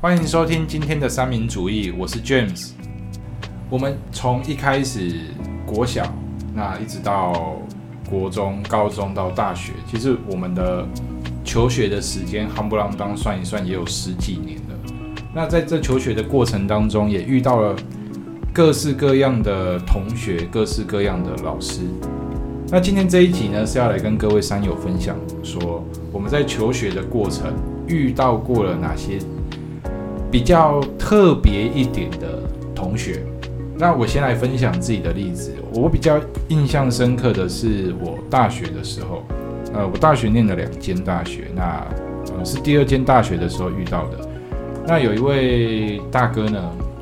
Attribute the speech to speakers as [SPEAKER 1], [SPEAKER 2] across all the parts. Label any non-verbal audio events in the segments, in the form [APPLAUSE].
[SPEAKER 1] 欢迎收听今天的三民主义，我是 James。我们从一开始国小，那一直到国中、高中到大学，其实我们的求学的时间，夯不啷当算一算也有十几年了。那在这求学的过程当中，也遇到了各式各样的同学，各式各样的老师。那今天这一集呢，是要来跟各位山友分享说，我们在求学的过程遇到过了哪些比较特别一点的同学。那我先来分享自己的例子，我比较印象深刻的是我大学的时候，呃，我大学念了两间大学，那呃是第二间大学的时候遇到的。那有一位大哥呢，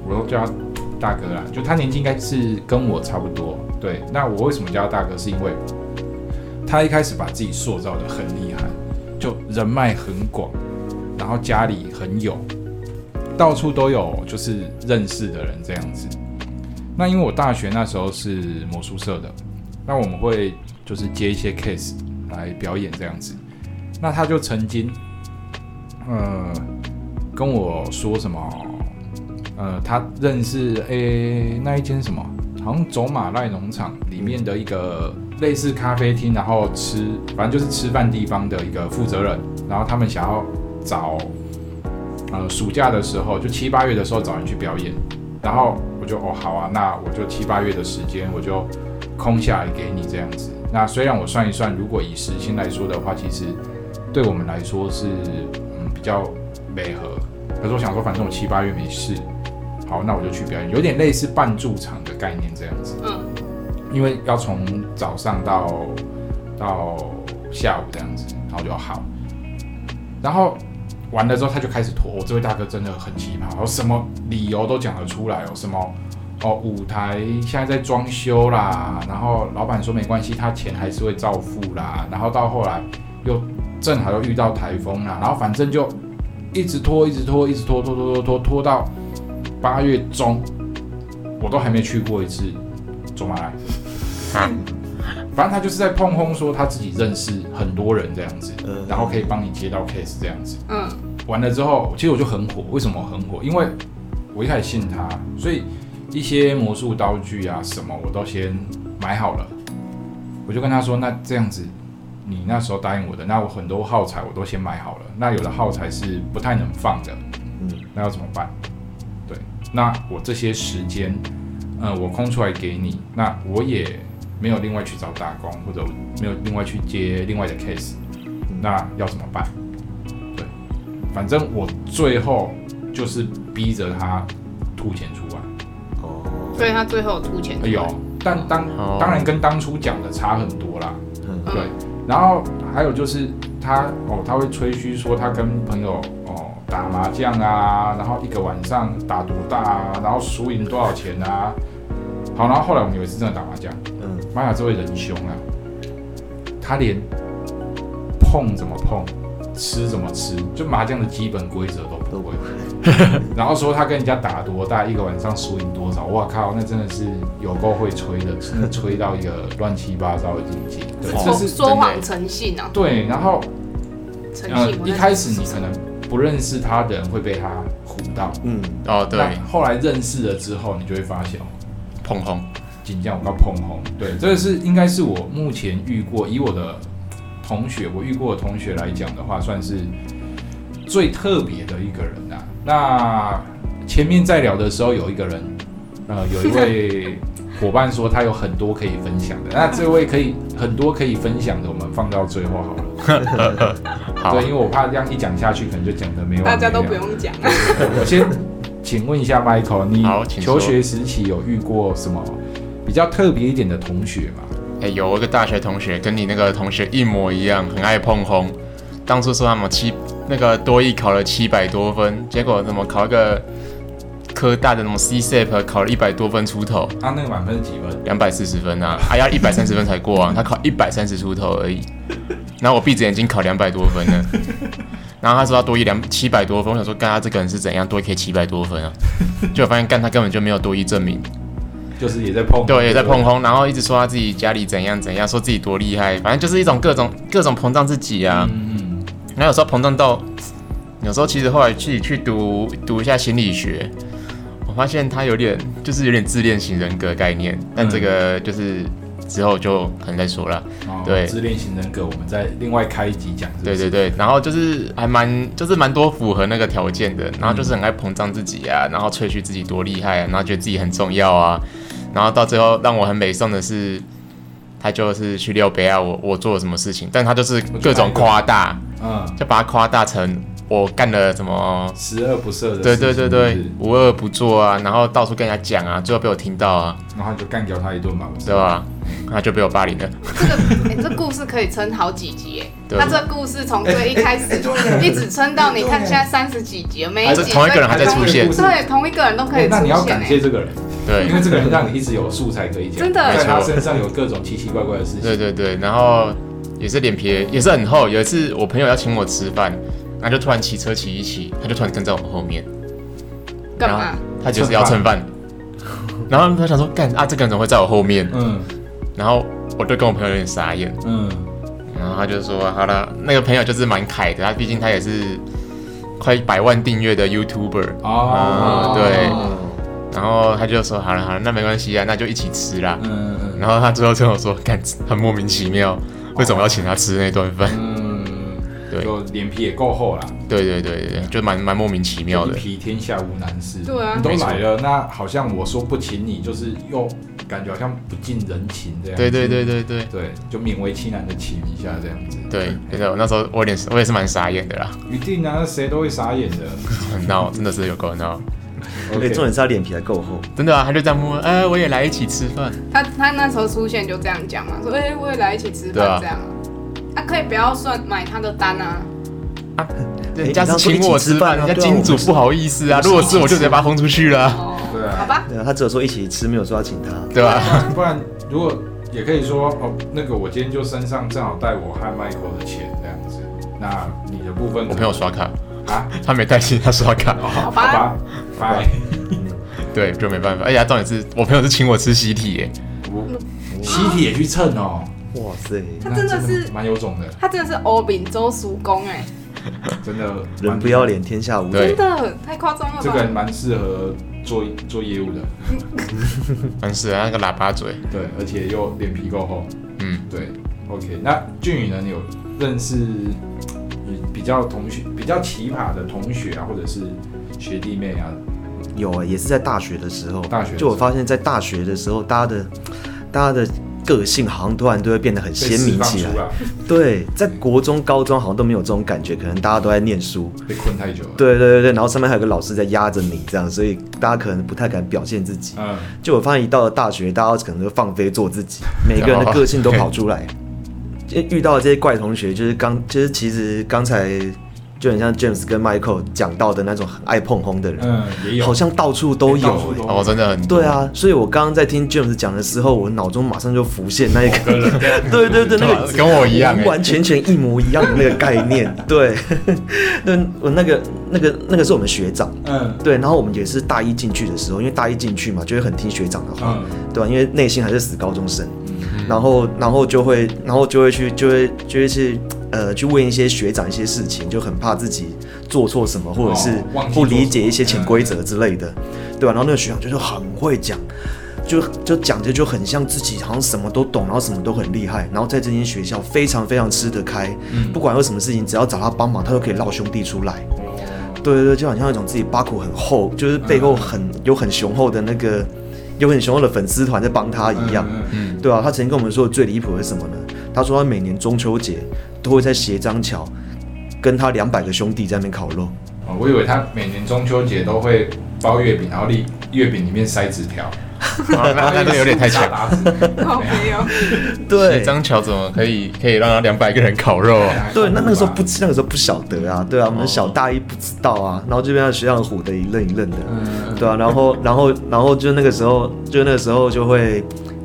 [SPEAKER 1] 我都叫他大哥啦，就他年纪应该是跟我差不多。对，那我为什么叫他大哥？是因为他一开始把自己塑造的很厉害，就人脉很广，然后家里很有，到处都有就是认识的人这样子。那因为我大学那时候是魔术社的，那我们会就是接一些 case 来表演这样子。那他就曾经，呃，跟我说什么，呃，他认识诶、那一间什么，好像走马濑农场里面的一个类似咖啡厅，然后吃，反正就是吃饭地方的一个负责人，然后他们想要找，呃，暑假的时候就七八月的时候找人去表演，然后我就哦好啊，那我就七八月的时间我就空下来给你这样子。那虽然我算一算，如果以时薪来说的话，其实对我们来说是嗯比较美合。可是我想说，反正我七八月没事，好，那我就去表演，有点类似半驻场的概念这样子。
[SPEAKER 2] 嗯，
[SPEAKER 1] 因为要从早上到到下午这样子，然后就好。然后完了之后，他就开始拖。我、这位大哥真的很奇葩，然后什么理由都讲得出来哦，什么哦舞台现在在装修啦，然后老板说没关系，他钱还是会照付啦。然后到后来又正好又遇到台风啦，然后反正就一直拖，一直拖，一直拖，拖拖拖拖拖到八月中，我都还没去过一次中马来。反正他就是在碰轰说他自己认识很多人这样子，
[SPEAKER 3] 嗯
[SPEAKER 1] 然后可以帮你接到 case 这样子。
[SPEAKER 2] 嗯，
[SPEAKER 1] 完了之后，其实我就很火。为什么我很火？因为我一开始信他，所以一些魔术道具啊什么我都先买好了。我就跟他说：“那这样子，你那时候答应我的，那我很多耗材我都先买好了。那有的耗材是不太能放的，
[SPEAKER 3] 嗯，
[SPEAKER 1] 那要怎么办？对，那我这些时间，嗯、我空出来给你，那我也没有另外去找打工，或者没有另外去接另外的 case，那要怎么办？对，反正我最后就是逼着他吐钱出来。
[SPEAKER 3] 哦，
[SPEAKER 2] 所以他最后有出钱。
[SPEAKER 1] 哎呦，但当
[SPEAKER 3] 哦
[SPEAKER 1] 当然跟当初讲的差很多啦。
[SPEAKER 3] 嗯
[SPEAKER 1] 对，然后还有就是他哦，他会吹嘘说他跟朋友哦打麻将啊，然后一个晚上打多大啊，然后输赢多少钱啊。好，然后后来我们有一次真的打麻将，
[SPEAKER 3] 嗯，
[SPEAKER 1] 玛雅这位仁兄啊，他连碰怎么碰、吃怎么吃，就麻将的基本规则都不 [LAUGHS] 会。然后说他跟人家打多大，一个晚上输赢多少，哇靠，那真的是有够会吹的，真的吹到一个乱七八糟的境界。对，
[SPEAKER 3] 哦
[SPEAKER 1] 这
[SPEAKER 2] 说
[SPEAKER 1] 是
[SPEAKER 2] 说谎诚信啊，
[SPEAKER 1] 对，然后
[SPEAKER 2] 诚
[SPEAKER 1] 呃
[SPEAKER 2] 信。我，在
[SPEAKER 1] 一开始你可能不认识他的人会被他唬到，
[SPEAKER 3] 嗯，
[SPEAKER 4] 哦，对，
[SPEAKER 1] 那后来认识了之后，你就会发现哦，
[SPEAKER 4] 碰红，
[SPEAKER 1] 紧张我到碰红。对，这个是应该是我目前遇过，以我的同学，我遇过的同学来讲的话，算是最特别的一个人啊。那前面在聊的时候，有一个人，呃，有一位伙伴说他有很多可以分享的，那这位可以很多可以分享的，我们放到最后好了。
[SPEAKER 2] [LAUGHS]
[SPEAKER 4] 好
[SPEAKER 1] 对，，因为我怕这样一讲下去，可能就讲的没完没了。
[SPEAKER 2] 大家都不用讲，啊
[SPEAKER 1] 我先请问一下 Michael，你
[SPEAKER 4] 好请
[SPEAKER 1] 求
[SPEAKER 4] 说
[SPEAKER 1] 学时期有遇过什么比较特别一点的同学吗？
[SPEAKER 4] 哎、有一个大学同学跟你那个同学一模一样，很爱碰红。当初说他们七那个多艺考了七百多分，结果怎么考一个科大的那种 CSEP E 考了一百多分出头，
[SPEAKER 1] 他啊那个满分是几分？
[SPEAKER 4] 两百四十分啊，还要一百三十分才过啊，他考一百三十出头而已。然后我闭着眼睛考两百多分呢，然后他说他多一两七百多分，我想说干他这个人是怎样多一可以七百多分啊？就发现干他根本就没有多一证明，
[SPEAKER 1] 就是也在碰，
[SPEAKER 4] 对，也在碰。轰，然后一直说他自己家里怎样怎样，说自己多
[SPEAKER 1] 嗯
[SPEAKER 4] 厉害，反正就是一种各种各种膨胀自己啊。
[SPEAKER 1] 嗯嗯，
[SPEAKER 4] 然后有时候膨胀到有时候其实后来自己去读读一下心理学，我发现他有点就是有点自恋型人格概念，但这个就是之后就可能再说了。
[SPEAKER 1] 哦
[SPEAKER 4] 对
[SPEAKER 1] 自恋型人格，我们再另外开一集讲。是不
[SPEAKER 4] 对
[SPEAKER 1] 是
[SPEAKER 4] 对对，然后就是还蛮就是蛮多符合那个条件的，然后就是很爱膨胀自己啊，然后吹嘘自己多厉害啊，然后觉得自己很重要啊，然后到最后让我很美颂的是，他就是去撩北啊，我我做了什么事情，但他就是各种夸大，
[SPEAKER 1] 嗯，
[SPEAKER 4] 就把它夸大成我干了什么。
[SPEAKER 1] 十恶不赦的。
[SPEAKER 4] 对对对对，，无恶不作啊，然后到处跟人家讲啊，最后被我听到啊，
[SPEAKER 1] 然后就干掉他一顿嘛，不是
[SPEAKER 4] 对？吧？那就被我霸凌了。
[SPEAKER 2] 这个、哎这故事可以撑好几集哎。
[SPEAKER 4] 对
[SPEAKER 2] 他这故事从最一开
[SPEAKER 1] 哎
[SPEAKER 2] 始
[SPEAKER 1] 哎对
[SPEAKER 2] 一直撑到你看
[SPEAKER 1] 对
[SPEAKER 2] 现在三十几集了，每
[SPEAKER 4] 还
[SPEAKER 2] 一
[SPEAKER 4] 是
[SPEAKER 2] 集
[SPEAKER 4] 同一个人还在出现
[SPEAKER 1] 还在
[SPEAKER 2] 对，同一个人都可
[SPEAKER 1] 哎
[SPEAKER 2] 以出
[SPEAKER 1] 那你要
[SPEAKER 2] 现
[SPEAKER 1] 感
[SPEAKER 2] 哎
[SPEAKER 1] 谢。这个人，
[SPEAKER 4] 对
[SPEAKER 1] 因，为这个人让你一直有素材可以讲，
[SPEAKER 2] 真的
[SPEAKER 1] 在他
[SPEAKER 4] 没错
[SPEAKER 1] 身上有各种奇奇怪怪的事
[SPEAKER 4] 对
[SPEAKER 1] 情。
[SPEAKER 4] 对对，然后也是脸皮也是很厚。有一次我朋友要请我吃饭，他就突然骑车骑一骑，他就突然跟在我们后面，
[SPEAKER 2] 干
[SPEAKER 4] 然
[SPEAKER 2] 嘛
[SPEAKER 4] 后？他就是要蹭饭。然后他想说，干啊，这个人怎么会在我后面？
[SPEAKER 1] 嗯
[SPEAKER 4] 然后我就跟我朋友有点傻眼，
[SPEAKER 1] 嗯，
[SPEAKER 4] 然后他就说，好了，那个朋友就是蛮凯的，他毕竟他也是快百万订阅的 YouTuber，
[SPEAKER 1] 哦
[SPEAKER 4] 嗯，
[SPEAKER 3] 哦
[SPEAKER 4] 对
[SPEAKER 1] 嗯
[SPEAKER 4] 然后他就说，好了好了，那没关系啊，那就一起吃啦。
[SPEAKER 1] 嗯
[SPEAKER 4] 然后他最后跟我说，干很莫名其妙，为什么要请他吃那顿饭？
[SPEAKER 1] 嗯，
[SPEAKER 4] 对
[SPEAKER 1] 就脸皮也够厚啦，
[SPEAKER 4] 对对对对，就蛮蛮莫名其妙
[SPEAKER 1] 一
[SPEAKER 4] 的。
[SPEAKER 1] 皮天下无难事。
[SPEAKER 2] 对啊
[SPEAKER 1] 你都
[SPEAKER 4] 没错
[SPEAKER 1] 来了，那好像我说不请你，就是又感觉好像不近人情这样。
[SPEAKER 4] 对对对对对
[SPEAKER 1] 对，就勉为其难的请一下这样子。
[SPEAKER 4] 对，真的，我那时候我有点我也是蛮傻眼的啦，
[SPEAKER 1] 一定啊，谁都会傻眼的。
[SPEAKER 4] 很闹，真的是有够闹，
[SPEAKER 3] 而且
[SPEAKER 1] OK
[SPEAKER 3] 哎重点是他脸皮还够厚，
[SPEAKER 4] 真的啊，他就这样摸，哎、我也来一起吃饭，
[SPEAKER 2] 他他那时候出现就这样讲嘛，说哎、我也来一起吃
[SPEAKER 4] 对
[SPEAKER 2] 饭
[SPEAKER 4] 啊
[SPEAKER 2] 这样啊，啊可以不要算买他的单啊，
[SPEAKER 4] 人家是请我吃饭，人家金主不好意思啊，如果是我就直接把他轰出去了、
[SPEAKER 2] 哦，
[SPEAKER 1] 对啊
[SPEAKER 2] 好吧，
[SPEAKER 3] 对啊，他只有说一起吃，没有说要请他。
[SPEAKER 4] [LAUGHS] 对啊吧？
[SPEAKER 1] 不然如果也可以说哦，那个我今天就身上正好带我和 Michael 的钱这样子。那你的部分
[SPEAKER 4] 我朋友刷卡，
[SPEAKER 1] 啊，
[SPEAKER 4] 他没带钱，他刷卡，
[SPEAKER 1] 哦好
[SPEAKER 2] 吧
[SPEAKER 1] 吧，拜。
[SPEAKER 4] 对，就没办法。而且哎他重点是我朋友是请我吃喜体耶，
[SPEAKER 1] 我西体也去蹭哦，
[SPEAKER 3] 哇塞，
[SPEAKER 2] 他真的是
[SPEAKER 1] 那蛮有种的，
[SPEAKER 2] 他真的是欧炳州叔公哎、
[SPEAKER 1] 真的
[SPEAKER 3] 人不要，脸，天下无
[SPEAKER 4] 对
[SPEAKER 2] 真
[SPEAKER 3] 敌。
[SPEAKER 2] 的太夸张了
[SPEAKER 1] 哎这个人
[SPEAKER 2] 吧？
[SPEAKER 1] 蛮适合做做业务的，
[SPEAKER 4] 但是啊那个喇叭嘴，
[SPEAKER 1] 对，而且又脸皮够厚，
[SPEAKER 4] 嗯，
[SPEAKER 1] 对，OK。那俊宇呢？你有认识嗯比较同学、比较奇葩的同学啊，或者是学弟妹啊？
[SPEAKER 3] 有啊，也是在大学的时候，
[SPEAKER 1] 大学的时
[SPEAKER 3] 就
[SPEAKER 1] 候
[SPEAKER 3] 我发现，在大学的时候，大家的大家的个性好像突然都会变得很
[SPEAKER 1] 被
[SPEAKER 3] 鲜
[SPEAKER 1] 释
[SPEAKER 3] 明
[SPEAKER 1] 放
[SPEAKER 3] 起
[SPEAKER 1] 出
[SPEAKER 3] 来。，对，在国中、高中好像都没有这种感觉，可能大家都在念书。
[SPEAKER 1] 被困太久了。
[SPEAKER 3] 对对对对，然后上面还有个老师在压着你，这样，所以大家可能不太敢表现自己。
[SPEAKER 1] 嗯，
[SPEAKER 3] 就我发现一到了大学，大家可能就放飞做自己，每个人的个性都跑出来。因为遇到这些怪同学，就是刚，就是其实刚才就很像 James 跟 Michael 讲到的那种很爱碰轰的人，
[SPEAKER 1] 嗯，也有，
[SPEAKER 3] 好像到处都有、
[SPEAKER 1] 到处都
[SPEAKER 3] 欸。
[SPEAKER 4] 哦，真的很
[SPEAKER 3] 对啊，所以我刚刚在听 James 讲的时候，我脑中马上就浮现那一
[SPEAKER 1] 有
[SPEAKER 3] 个，
[SPEAKER 1] 人这样
[SPEAKER 3] [LAUGHS] 对对对，那个
[SPEAKER 4] 跟我一样
[SPEAKER 3] 完
[SPEAKER 4] 哎、
[SPEAKER 3] 完全全一模一样的那个概念。对， [LAUGHS] 那我那个那个那个是我们学长，
[SPEAKER 1] 嗯
[SPEAKER 3] 对，然后我们也是大一进去的时候，因为大一进去嘛，就会很听学长的话，
[SPEAKER 1] 嗯
[SPEAKER 3] 对吧、因为内心还是死高中生，
[SPEAKER 1] 嗯
[SPEAKER 3] 然后然后就会然后就会去就会就会去呃去问一些学长一些事情，就很怕自己做错什么，或者是
[SPEAKER 1] 哦忘记
[SPEAKER 3] 不
[SPEAKER 1] 做嗯
[SPEAKER 3] 理解
[SPEAKER 1] 什么
[SPEAKER 3] 一些潜规则之类的，对吧、然后那个学长就是很会讲。就就讲着就很像自己好像什么都懂，然后什么都很厉害，然后在这间学校非常非常吃得开，
[SPEAKER 1] 嗯
[SPEAKER 3] 不管有什么事情，只要找他帮忙，他都可以捞兄弟出来。对对对，就好像一种自己八股很厚，就是背后很、有很雄厚的那个，有很雄厚的粉丝团在帮他一样，
[SPEAKER 1] 嗯嗯
[SPEAKER 4] 嗯，
[SPEAKER 3] 对啊，他曾经跟我们说的最离谱的是什么呢？他说他每年中秋节都会在斜张桥跟他两百个兄弟在那边烤肉，
[SPEAKER 1] 哦我以为他每年中秋节都会包月饼，然后立月饼里面塞纸条，
[SPEAKER 4] 啊那那个有点太 [LAUGHS] 强。
[SPEAKER 1] 打字。
[SPEAKER 2] 好没有，
[SPEAKER 3] 对
[SPEAKER 4] 你。张桥怎么可以可以让他两百个人烤肉啊？
[SPEAKER 3] 对，那那个时候不，知，那个时候不晓得啊，对啊，我们小大一不知道啊，然后就被那学长唬得一愣一愣的，
[SPEAKER 1] 嗯，
[SPEAKER 3] 对啊，然后然后然后就那个时候，就那个时候就会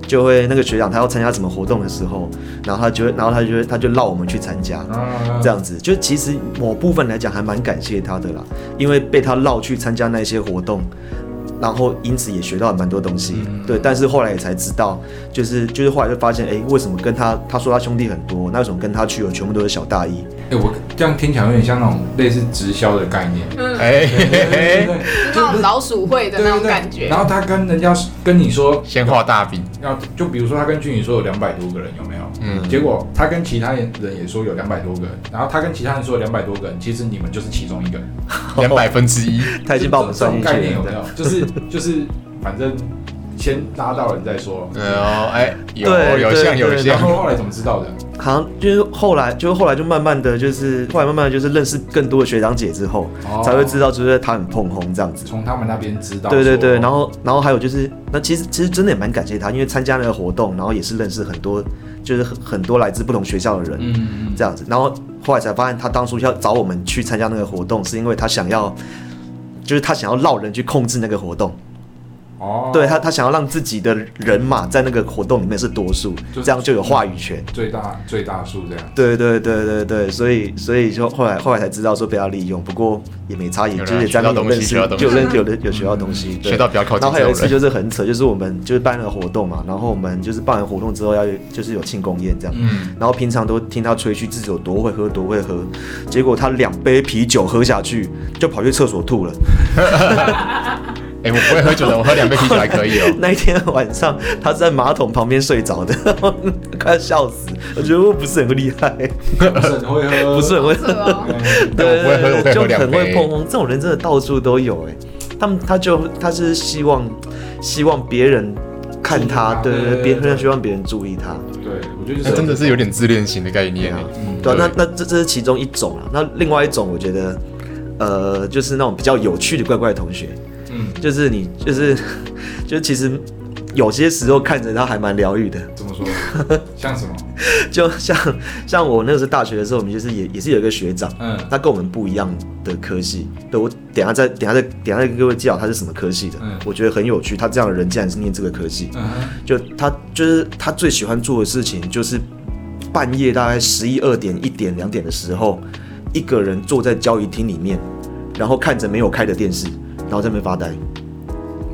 [SPEAKER 3] 就会那个学长他要参加什么活动的时候，然后他就会然后他就会他就绕我们去参加，
[SPEAKER 1] 嗯
[SPEAKER 3] 这样子，就其实某部分来讲还蛮感谢他的啦，因为被他绕去参加那些活动，然后因此也学到了蛮多东西。
[SPEAKER 1] 嗯
[SPEAKER 3] 对，但是后来也才知道，就是就是后来就发现，哎，为什么跟他他说他兄弟很多，那为什么跟他去的全部都是小大一？
[SPEAKER 1] 哎，我这样听起来有点像那种类似直销的概
[SPEAKER 3] [LAUGHS]
[SPEAKER 1] 念，
[SPEAKER 4] 哎 [LAUGHS] 嘿嘿嘿，
[SPEAKER 1] 对
[SPEAKER 2] 就是那种老鼠会的那种感觉
[SPEAKER 1] 然。后他跟人家跟你说
[SPEAKER 4] 先画大
[SPEAKER 3] [LAUGHS]
[SPEAKER 4] 饼，
[SPEAKER 1] 要就比如说他跟俊宇说有两百多个人有没有？
[SPEAKER 4] 嗯
[SPEAKER 1] 嗯，结果他跟其他人也说有两百多个人，然后他跟其他人说有两百多个人，其实你们就是其中一个，
[SPEAKER 4] 两百分之一，
[SPEAKER 3] 他已经把我们
[SPEAKER 1] 这
[SPEAKER 3] 算
[SPEAKER 1] 种
[SPEAKER 3] 进
[SPEAKER 1] 概念
[SPEAKER 3] 去
[SPEAKER 1] 有
[SPEAKER 3] 了
[SPEAKER 1] 没。有？就是就是反正先拉到人再说，
[SPEAKER 3] 嗯
[SPEAKER 4] 哦，哎，有
[SPEAKER 3] 对
[SPEAKER 4] 有
[SPEAKER 3] 对
[SPEAKER 4] 像有
[SPEAKER 3] 对
[SPEAKER 1] 然
[SPEAKER 4] 像，
[SPEAKER 1] 后后来怎么知道
[SPEAKER 3] [LAUGHS]
[SPEAKER 1] 的？
[SPEAKER 3] 好像就是后来，就是后来就慢慢的就是后来慢慢的就是认识更多的学长姐之后，
[SPEAKER 1] 哦
[SPEAKER 3] 才会知道就是他很碰红这样子。
[SPEAKER 1] 从他们那边知道说。
[SPEAKER 3] 对对对，然后然后还有就是，那其实其实真的也蛮感谢他，因为参加那个活动，然后也是认识很多就是很很多来自不同学校的人、
[SPEAKER 1] 嗯，
[SPEAKER 3] 这样子，然后后来才发现他当初要找我们去参加那个活动，是因为他想要。就是他想要绕人去控制那个活动，
[SPEAKER 1] 哦，
[SPEAKER 3] 对他，他想要让自己的人马在那个活动里面是多数，
[SPEAKER 1] 就是
[SPEAKER 3] 这样就有话语权。
[SPEAKER 1] 最大最大数这样。
[SPEAKER 3] 对对对对对，所以所以就后来后来才知道说被他利用，不过也没差，也
[SPEAKER 4] 有啦
[SPEAKER 3] 就是也在那边认识，
[SPEAKER 4] 学到东西嗯
[SPEAKER 3] 有认有认有学到东西，对
[SPEAKER 4] 学到不要靠近
[SPEAKER 3] 然后还有一
[SPEAKER 4] 这种
[SPEAKER 3] 次
[SPEAKER 4] 人
[SPEAKER 3] 就是很扯，就是我们就是办了活动嘛，然后我们就是办完活动之后要就是有庆功宴这样，
[SPEAKER 1] 嗯，
[SPEAKER 3] 然后平常都听他吹嘘自己有多会喝多会喝，结果他两杯啤酒喝下去就跑去厕所吐了。 [LAUGHS]
[SPEAKER 4] 哎，我不会喝酒的，我喝两杯啤酒还可以
[SPEAKER 3] [LAUGHS]
[SPEAKER 4] 哦。
[SPEAKER 3] 那一天晚上他是在马桶旁边睡着的， [LAUGHS] 快笑死，我觉得我不是很厉害，
[SPEAKER 1] 不是很会喝，
[SPEAKER 3] 不是很会
[SPEAKER 1] [LAUGHS]
[SPEAKER 2] 是哦，
[SPEAKER 1] 嗯
[SPEAKER 4] 但我不会喝我可以
[SPEAKER 3] 就
[SPEAKER 4] 喝两
[SPEAKER 3] 很
[SPEAKER 4] 杯
[SPEAKER 3] 会碰碰，这种人真的到处都有哎、他们他就他是希望希望别人看他，
[SPEAKER 1] 注意
[SPEAKER 3] 对
[SPEAKER 1] 他
[SPEAKER 3] 对对，
[SPEAKER 1] 对
[SPEAKER 3] 别人希望别人注意他，
[SPEAKER 1] 对，我觉得就是
[SPEAKER 3] 哎
[SPEAKER 4] 那哎
[SPEAKER 1] 嗯
[SPEAKER 4] 真的是有点自恋型的概念哎，
[SPEAKER 3] 对啊、
[SPEAKER 4] 对
[SPEAKER 3] 那那这这是其中一种啊，那另外一种我觉得，呃，就是那种比较有趣的怪怪同学，
[SPEAKER 1] 嗯，
[SPEAKER 3] 就是你就是 [LAUGHS] 就其实有些时候看着他还蛮疗愈的，
[SPEAKER 1] 怎么说？像什么？
[SPEAKER 3] 就像像我那个时候大学的时候，我们就是也也是有一个学长，
[SPEAKER 1] 嗯
[SPEAKER 3] 他跟我们不一样的科系，对我等一下再等一下再等一下再给各位介绍他是什么科系的，
[SPEAKER 1] 嗯
[SPEAKER 3] 我觉得很有趣，他这样的人竟然是念这个科系，
[SPEAKER 1] 嗯哼，
[SPEAKER 3] 就他就是他最喜欢做的事情就是半夜大概十一二点、一点、两点的时候，一个人坐在交易厅里面，然后看着没有开的电视，然后在那边发呆。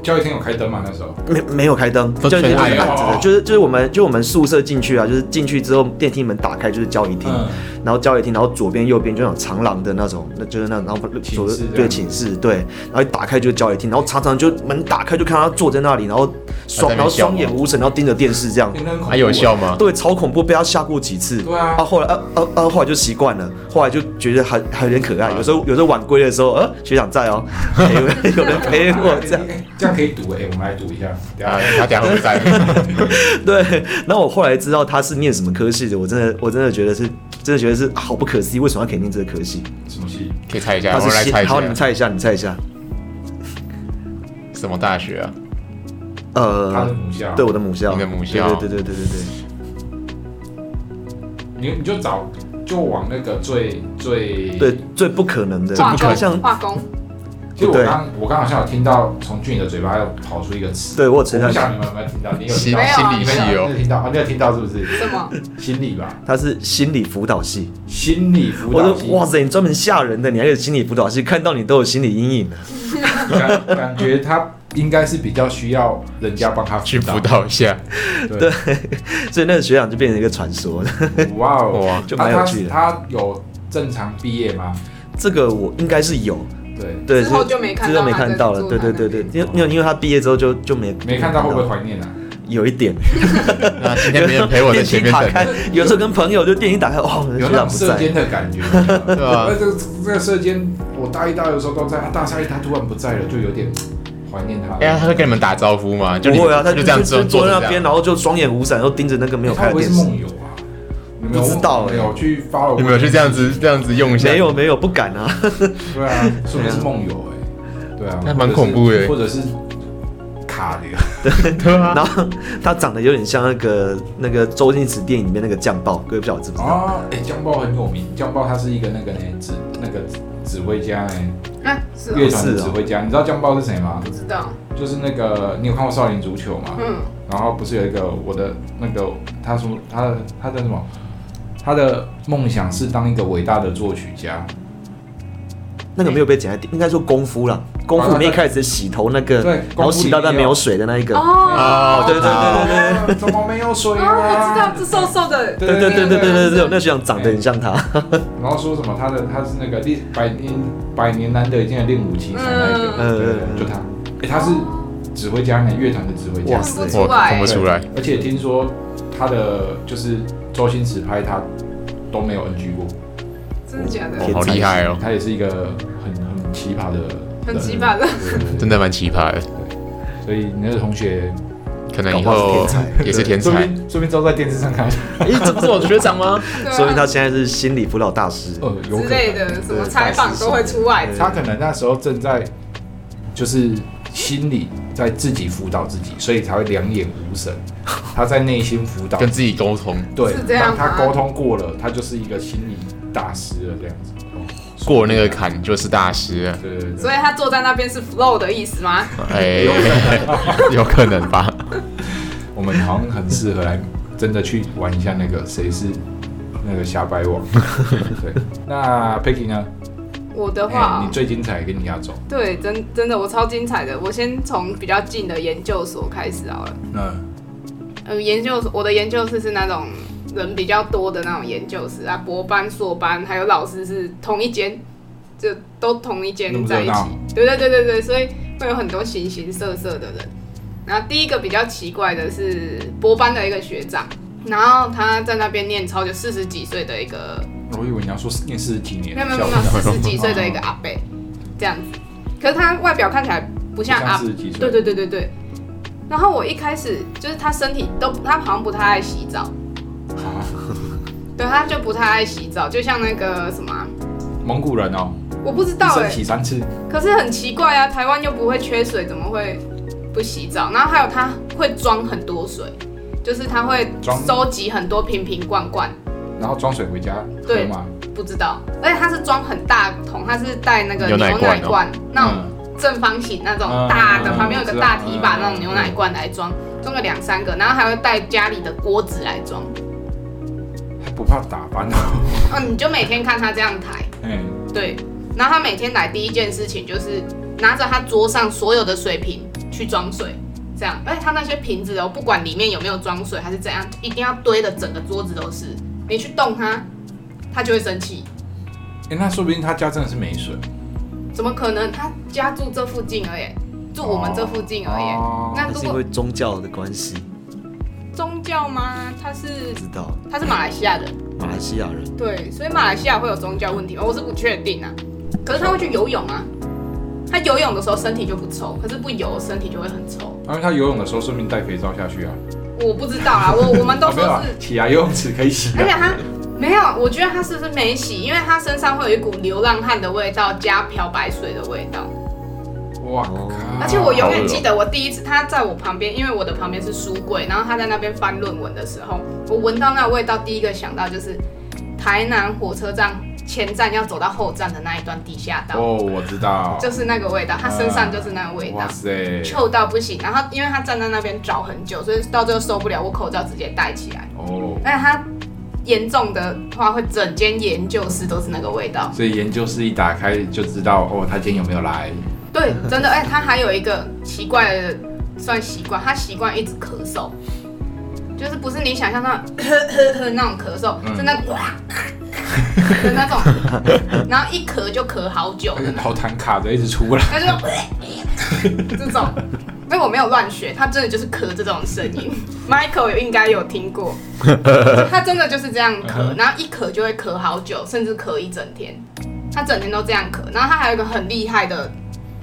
[SPEAKER 1] 教育厅有开灯嘛？那时候
[SPEAKER 3] 没没有开灯，
[SPEAKER 4] 都
[SPEAKER 3] 就
[SPEAKER 4] 全
[SPEAKER 3] 是
[SPEAKER 4] 暗
[SPEAKER 3] 暗
[SPEAKER 4] 的
[SPEAKER 1] 哦
[SPEAKER 3] 着的，就是就是我们就我们宿舍进去啊，就是进去之后电梯门打开就是交易厅，
[SPEAKER 1] 嗯
[SPEAKER 3] 然后交易厅，然后左边右边就那种长廊的那种，那就是那然后
[SPEAKER 1] 寝
[SPEAKER 3] 左
[SPEAKER 1] 室这样
[SPEAKER 3] 对寝室对，然后一打开就是交易厅，然后常常就门打开就看他坐在那里，然后双
[SPEAKER 4] 啊还在那边
[SPEAKER 3] 然后
[SPEAKER 4] 笑吗
[SPEAKER 3] 双眼无神，然后盯着电视这样，
[SPEAKER 1] 应该
[SPEAKER 4] 还有效？吗？
[SPEAKER 3] 对，超恐怖，被他吓过几次。
[SPEAKER 1] 对啊
[SPEAKER 3] 啊，后来啊啊啊，后来就习惯了，后来就觉得还还有点可爱。
[SPEAKER 4] 啊
[SPEAKER 3] 有时候有时候晚归的时候，呃、学长在
[SPEAKER 4] [LAUGHS]
[SPEAKER 3] 哦，有人有人陪我这样。
[SPEAKER 1] 哎这样可以赌哎，我们来赌一下。等
[SPEAKER 4] 啊
[SPEAKER 1] 一下，
[SPEAKER 4] 他等一下会
[SPEAKER 3] [LAUGHS]
[SPEAKER 4] 不在，
[SPEAKER 3] 对，然后我后来知道他是念什么科系的，我真的我真的觉得是，真的觉得是好不可思议，为什么他可以念这个科系？
[SPEAKER 1] 什么戏？
[SPEAKER 4] 可以猜一下，
[SPEAKER 3] 他
[SPEAKER 4] 啊我
[SPEAKER 3] 是
[SPEAKER 4] 们来
[SPEAKER 3] 西
[SPEAKER 4] 猜一
[SPEAKER 3] 好，你们
[SPEAKER 4] 下，
[SPEAKER 3] 猜一下，你猜一下，
[SPEAKER 4] 什么大学啊？
[SPEAKER 1] 他的
[SPEAKER 3] 呃，
[SPEAKER 1] 母校。
[SPEAKER 3] 对我的母校，
[SPEAKER 4] 你的母校
[SPEAKER 3] 对对对对对对
[SPEAKER 1] 你你就找就往那个最最
[SPEAKER 3] 对，对，最不可能的，
[SPEAKER 2] 化
[SPEAKER 3] 好
[SPEAKER 2] 工，
[SPEAKER 3] 像
[SPEAKER 2] 化工，
[SPEAKER 1] 其实我
[SPEAKER 3] 对
[SPEAKER 1] 刚我刚好像有听到从俊宇的嘴巴又跑出一个词，
[SPEAKER 3] 对我有吃
[SPEAKER 1] 我不
[SPEAKER 3] 下，
[SPEAKER 1] 想你们有没有听到？你有
[SPEAKER 4] 心
[SPEAKER 1] 听
[SPEAKER 3] [LAUGHS]
[SPEAKER 1] 到
[SPEAKER 2] 没有啊
[SPEAKER 4] 心理系
[SPEAKER 1] 你
[SPEAKER 4] 哦，
[SPEAKER 1] 有听到？啊你有听到是不是？
[SPEAKER 2] 什么？
[SPEAKER 1] 心理吧，
[SPEAKER 3] 他是心理辅导系，
[SPEAKER 1] 心理辅
[SPEAKER 3] 我
[SPEAKER 1] 导
[SPEAKER 3] 说
[SPEAKER 1] 系。
[SPEAKER 3] 哇塞，你专门吓人的，你还有心理辅导系，看到你都有心理阴影了。
[SPEAKER 1] 感感觉他应该是比较需要人家帮他
[SPEAKER 4] 去
[SPEAKER 1] 辅
[SPEAKER 4] 辅导一下，
[SPEAKER 3] [LAUGHS]
[SPEAKER 1] 对，
[SPEAKER 3] 所以那个学长就变成一个传说了。
[SPEAKER 1] 哇哦，
[SPEAKER 4] 哇，
[SPEAKER 3] 就
[SPEAKER 1] 他
[SPEAKER 3] 蛮有趣的
[SPEAKER 1] 他他有正常毕业吗？
[SPEAKER 3] 这个我应该是有，
[SPEAKER 1] 对，
[SPEAKER 3] 对，
[SPEAKER 2] 之后就没看到
[SPEAKER 3] 之后没
[SPEAKER 2] 他
[SPEAKER 3] 看
[SPEAKER 2] 在
[SPEAKER 3] 到了，
[SPEAKER 2] 做
[SPEAKER 3] 对对
[SPEAKER 2] 他
[SPEAKER 3] 对对，因为因为因为他毕业之后就就没
[SPEAKER 1] 没看到会不会怀念啊？
[SPEAKER 3] 有一点。
[SPEAKER 4] 那今天没人
[SPEAKER 3] [LAUGHS]
[SPEAKER 4] 陪我在前面
[SPEAKER 3] 电
[SPEAKER 4] 等
[SPEAKER 3] 梯打
[SPEAKER 4] 了，
[SPEAKER 3] 开，有时候跟朋友就电梯打开，哦，
[SPEAKER 1] 有
[SPEAKER 3] 学
[SPEAKER 1] 那种
[SPEAKER 3] 长不
[SPEAKER 1] 射
[SPEAKER 3] 在
[SPEAKER 1] 箭，的感觉，
[SPEAKER 4] [LAUGHS] 对啊
[SPEAKER 1] 那这个这个射箭，我大一、大二的时候都在，他啊大三一他突然不在了，就有点怀念他。
[SPEAKER 4] 哎呀，他会跟你们打招呼吗？就
[SPEAKER 3] 不
[SPEAKER 4] 你
[SPEAKER 3] 会啊，他
[SPEAKER 4] 就这样子
[SPEAKER 3] 就坐
[SPEAKER 4] 坐
[SPEAKER 3] 在
[SPEAKER 4] 着
[SPEAKER 3] 那
[SPEAKER 4] 这
[SPEAKER 3] 边，
[SPEAKER 4] 样，
[SPEAKER 3] 然后就双眼无闪，然后盯着那个没有
[SPEAKER 1] 他
[SPEAKER 3] 开
[SPEAKER 1] 会
[SPEAKER 3] 的
[SPEAKER 1] 不会
[SPEAKER 3] 电
[SPEAKER 1] 是
[SPEAKER 3] 视。
[SPEAKER 1] 梦游啊？你们有
[SPEAKER 3] 不知道哎
[SPEAKER 1] 有去 follow
[SPEAKER 4] 你们有去这样子这样子用一下？
[SPEAKER 3] 没有没有，不敢啊。
[SPEAKER 1] 对啊，说明是梦游哎，对啊，
[SPEAKER 4] 那蛮恐怖欸的
[SPEAKER 1] 或者是卡的，
[SPEAKER 4] 对啊，
[SPEAKER 3] 然后他长得有点像那个那个周星驰电影里面那个酱爆，各位不晓得知不知道？
[SPEAKER 1] 啊，哎，酱爆很有名，酱爆他是一个那个呢指那个指挥家哎，
[SPEAKER 2] 啊，是
[SPEAKER 1] 乐
[SPEAKER 2] 哦，
[SPEAKER 1] 团的指挥家，你知道酱爆是谁吗
[SPEAKER 2] 不？知道，
[SPEAKER 1] 就是那个你有看过《少林足球》吗？
[SPEAKER 2] 嗯，
[SPEAKER 1] 然后不是有一个我的那个他说他的他的什么？他的梦想是当一个伟大的作曲家，
[SPEAKER 3] 那个没有被剪在电，应该说功夫啦，功夫里面一开始洗头那个，
[SPEAKER 1] 对
[SPEAKER 3] 然后洗到但没有水的那一个，
[SPEAKER 2] 哦，
[SPEAKER 4] 哦，
[SPEAKER 3] 对对对对
[SPEAKER 1] [LAUGHS]
[SPEAKER 3] 对。
[SPEAKER 1] 对，怎么没有水
[SPEAKER 2] 哦，我知道
[SPEAKER 1] 啊？
[SPEAKER 2] 这瘦瘦的，
[SPEAKER 1] 对
[SPEAKER 3] 对对对对对对对，
[SPEAKER 2] 对
[SPEAKER 3] 那学长长得很像他，
[SPEAKER 1] 然后说什么他的他是那个历百年百年难得一见的练武奇才那一个，
[SPEAKER 3] 嗯
[SPEAKER 1] 对对对
[SPEAKER 3] 嗯
[SPEAKER 1] 就他，哎他是指挥家呢，乐团的指挥家
[SPEAKER 3] 哇，
[SPEAKER 2] 看不
[SPEAKER 4] 我
[SPEAKER 2] 出
[SPEAKER 4] 看
[SPEAKER 2] 来
[SPEAKER 4] 不，出来
[SPEAKER 1] 对，而且听说他的就是周星驰拍他都没有 NG 过，
[SPEAKER 2] 真的假的？
[SPEAKER 4] 哦，好厉害哦，
[SPEAKER 1] 他也是一个很很奇葩的人，
[SPEAKER 2] 很奇葩的
[SPEAKER 1] 对，对对
[SPEAKER 4] 真的蛮奇葩的，
[SPEAKER 1] 所以你那个同学
[SPEAKER 4] 可能以
[SPEAKER 3] 搞不
[SPEAKER 4] 后
[SPEAKER 3] 好是天才
[SPEAKER 4] 也是天
[SPEAKER 1] 说不
[SPEAKER 4] 才。
[SPEAKER 1] 定说不定都在电视上看，
[SPEAKER 4] 咦，这不是我学长吗？
[SPEAKER 2] 对啊
[SPEAKER 3] 所以他现在是心理辅导大师。
[SPEAKER 1] 呃，有可
[SPEAKER 2] 之类
[SPEAKER 1] 能。
[SPEAKER 2] 的什么采访都会出来，
[SPEAKER 1] 他可能那时候正在，就是心里在自己辅导自己，所以才会两眼无
[SPEAKER 4] [LAUGHS]
[SPEAKER 1] 神。他在内心辅导，
[SPEAKER 4] [LAUGHS] 跟自己沟通，
[SPEAKER 1] 对
[SPEAKER 2] 是，这样
[SPEAKER 1] 当他
[SPEAKER 2] 吗
[SPEAKER 1] 沟通过了，他就是一个心理大师了，这样子。
[SPEAKER 4] 过了那个坎就是大师啊
[SPEAKER 1] [LAUGHS]
[SPEAKER 4] 了。
[SPEAKER 1] 对对对，
[SPEAKER 2] 所以他坐在那边是 flow 的意思吗？
[SPEAKER 4] 哎， [LAUGHS] 有可能吧？
[SPEAKER 1] 我们好像很适合来真的去玩一下那个谁是那个瞎掰王。对，那 Peggy 呢？
[SPEAKER 2] 我的
[SPEAKER 1] 哎
[SPEAKER 2] 话
[SPEAKER 1] 你，最精彩，跟你压轴。
[SPEAKER 2] 对，真真的我超精彩的。我先从比较近的研究所开始好了。
[SPEAKER 1] 那
[SPEAKER 2] 呃，研究所我的研究室是那种人比较多的那种研究室啊，博班、硕班还有老师是同一间，就都同一
[SPEAKER 1] 那
[SPEAKER 2] 间
[SPEAKER 1] 么
[SPEAKER 2] 在一
[SPEAKER 1] 热
[SPEAKER 2] 起
[SPEAKER 1] 闹。
[SPEAKER 2] 对对对对对，所以会有很多形形色色的人。然后第一个比较奇怪的是博班的一个学长，然后他在那边念超就四十几岁的一个
[SPEAKER 1] 我以为你要说念四十几年，
[SPEAKER 2] 没有没有没有没有，四十几岁的一个阿伯这样子，可是他外表看起来不像阿
[SPEAKER 1] 四十几岁，
[SPEAKER 2] 对对对对对。然后我一开始就是他身体都他好像不太爱洗澡，
[SPEAKER 1] 啊，
[SPEAKER 2] 对，他就不太爱洗澡，就像那个什么啊、
[SPEAKER 1] 蒙古人哦，
[SPEAKER 2] 我不知道
[SPEAKER 1] 一
[SPEAKER 2] 哎、
[SPEAKER 1] 生洗三次。
[SPEAKER 2] 可是很奇怪啊，台湾又不会缺水，怎么会不洗澡？然后还有他会装很多水，就是他会
[SPEAKER 1] 装
[SPEAKER 2] 收集很多瓶瓶罐罐，
[SPEAKER 1] 然后装水回家喝
[SPEAKER 2] 对
[SPEAKER 1] 嘛，
[SPEAKER 2] 不知道，而且他是装很大桶，他是带那个
[SPEAKER 4] 牛
[SPEAKER 2] 牛
[SPEAKER 4] 奶
[SPEAKER 2] 奶
[SPEAKER 4] 罐哦
[SPEAKER 2] 罐，那种
[SPEAKER 1] 嗯
[SPEAKER 2] 正方形那种
[SPEAKER 1] 嗯
[SPEAKER 2] 大的，
[SPEAKER 1] 嗯
[SPEAKER 2] 旁边有
[SPEAKER 1] 我知
[SPEAKER 2] 个
[SPEAKER 1] 道
[SPEAKER 2] 大提把
[SPEAKER 1] 嗯
[SPEAKER 2] 那种牛奶罐来装，装个两三个，然后还会带家里的锅子来装。
[SPEAKER 1] 他不怕打翻哦。
[SPEAKER 2] 嗯，你就每天看他这样抬，
[SPEAKER 1] [LAUGHS] 哎，
[SPEAKER 2] 对。然后他每天来第一件事情就是拿着他桌上所有的水瓶去装水，这样。而且他那些瓶子哦，不管里面有没有装水还是怎样，一定要堆的整个桌子都是。你去动它，它就会生气。
[SPEAKER 1] 哎，那说不定他家真的是没水，
[SPEAKER 2] 怎么可能？他家住这附近而已，住我们这附近而已。
[SPEAKER 1] 哦
[SPEAKER 2] 那
[SPEAKER 3] 那
[SPEAKER 2] 如
[SPEAKER 3] 是因
[SPEAKER 2] 果
[SPEAKER 3] 为宗教的关系，
[SPEAKER 2] 宗教吗？他是
[SPEAKER 3] 不知道
[SPEAKER 2] 他是马来西亚人，
[SPEAKER 3] 马来西亚人
[SPEAKER 2] 对，所以马来西亚会有宗教问题吗？我是不确定啊。可是他会去游泳啊，他游泳的时候身体就不臭，可是不游身体就会很臭。
[SPEAKER 1] 因为他游泳的时候顺便带肥皂下去啊。
[SPEAKER 2] 我不知道啊，我我们都
[SPEAKER 1] 啊没
[SPEAKER 2] 说
[SPEAKER 1] 有 [LAUGHS] 啊
[SPEAKER 2] 是，
[SPEAKER 1] 起来游泳池可以洗
[SPEAKER 2] 而且
[SPEAKER 1] 啊。
[SPEAKER 2] 他没有，我觉得他是不是没洗？因为他身上会有一股流浪汉的味道加漂白水的味道。
[SPEAKER 1] 啊哇
[SPEAKER 3] 哦
[SPEAKER 1] 靠！
[SPEAKER 2] 而且我永
[SPEAKER 4] 好恶
[SPEAKER 2] 远
[SPEAKER 4] 哦
[SPEAKER 2] 记得我第一次他在我旁边，因为我的旁边是书柜，然后他在那边翻论文的时候，我闻到那味道，第一个想到就是台南火车站前站要走到后站的那一段地下道，
[SPEAKER 1] 哦，我知道。
[SPEAKER 2] 就是那个味道，他身上就是那个味道
[SPEAKER 1] 哇。塞！
[SPEAKER 2] 臭到不行，然后因为他站在那边找很久，所以到最后受不了，我口罩直接戴起来。
[SPEAKER 1] 哦，
[SPEAKER 2] 但是他严重的话，会整间研究室都是那个味道。
[SPEAKER 1] 所以研究室一打开就知道哦，他今天有没有来？
[SPEAKER 2] 对，真的，哎、他还有一个奇怪的算习惯，他习惯一直咳嗽，就是不是你想象那种那种咳嗽，
[SPEAKER 1] 嗯
[SPEAKER 2] 是那种哇的那种，然后一咳就咳好久
[SPEAKER 1] 那，个脑痰卡着一直出
[SPEAKER 2] [LAUGHS]
[SPEAKER 1] 来。
[SPEAKER 2] 他就这种，因为我没有乱学，他真的就是咳这种声音，Michael 应该有听过，他真的就是这样咳，然后一咳就会咳好久，甚至咳一整天，他整天都这样咳，然后他还有一个很厉害的，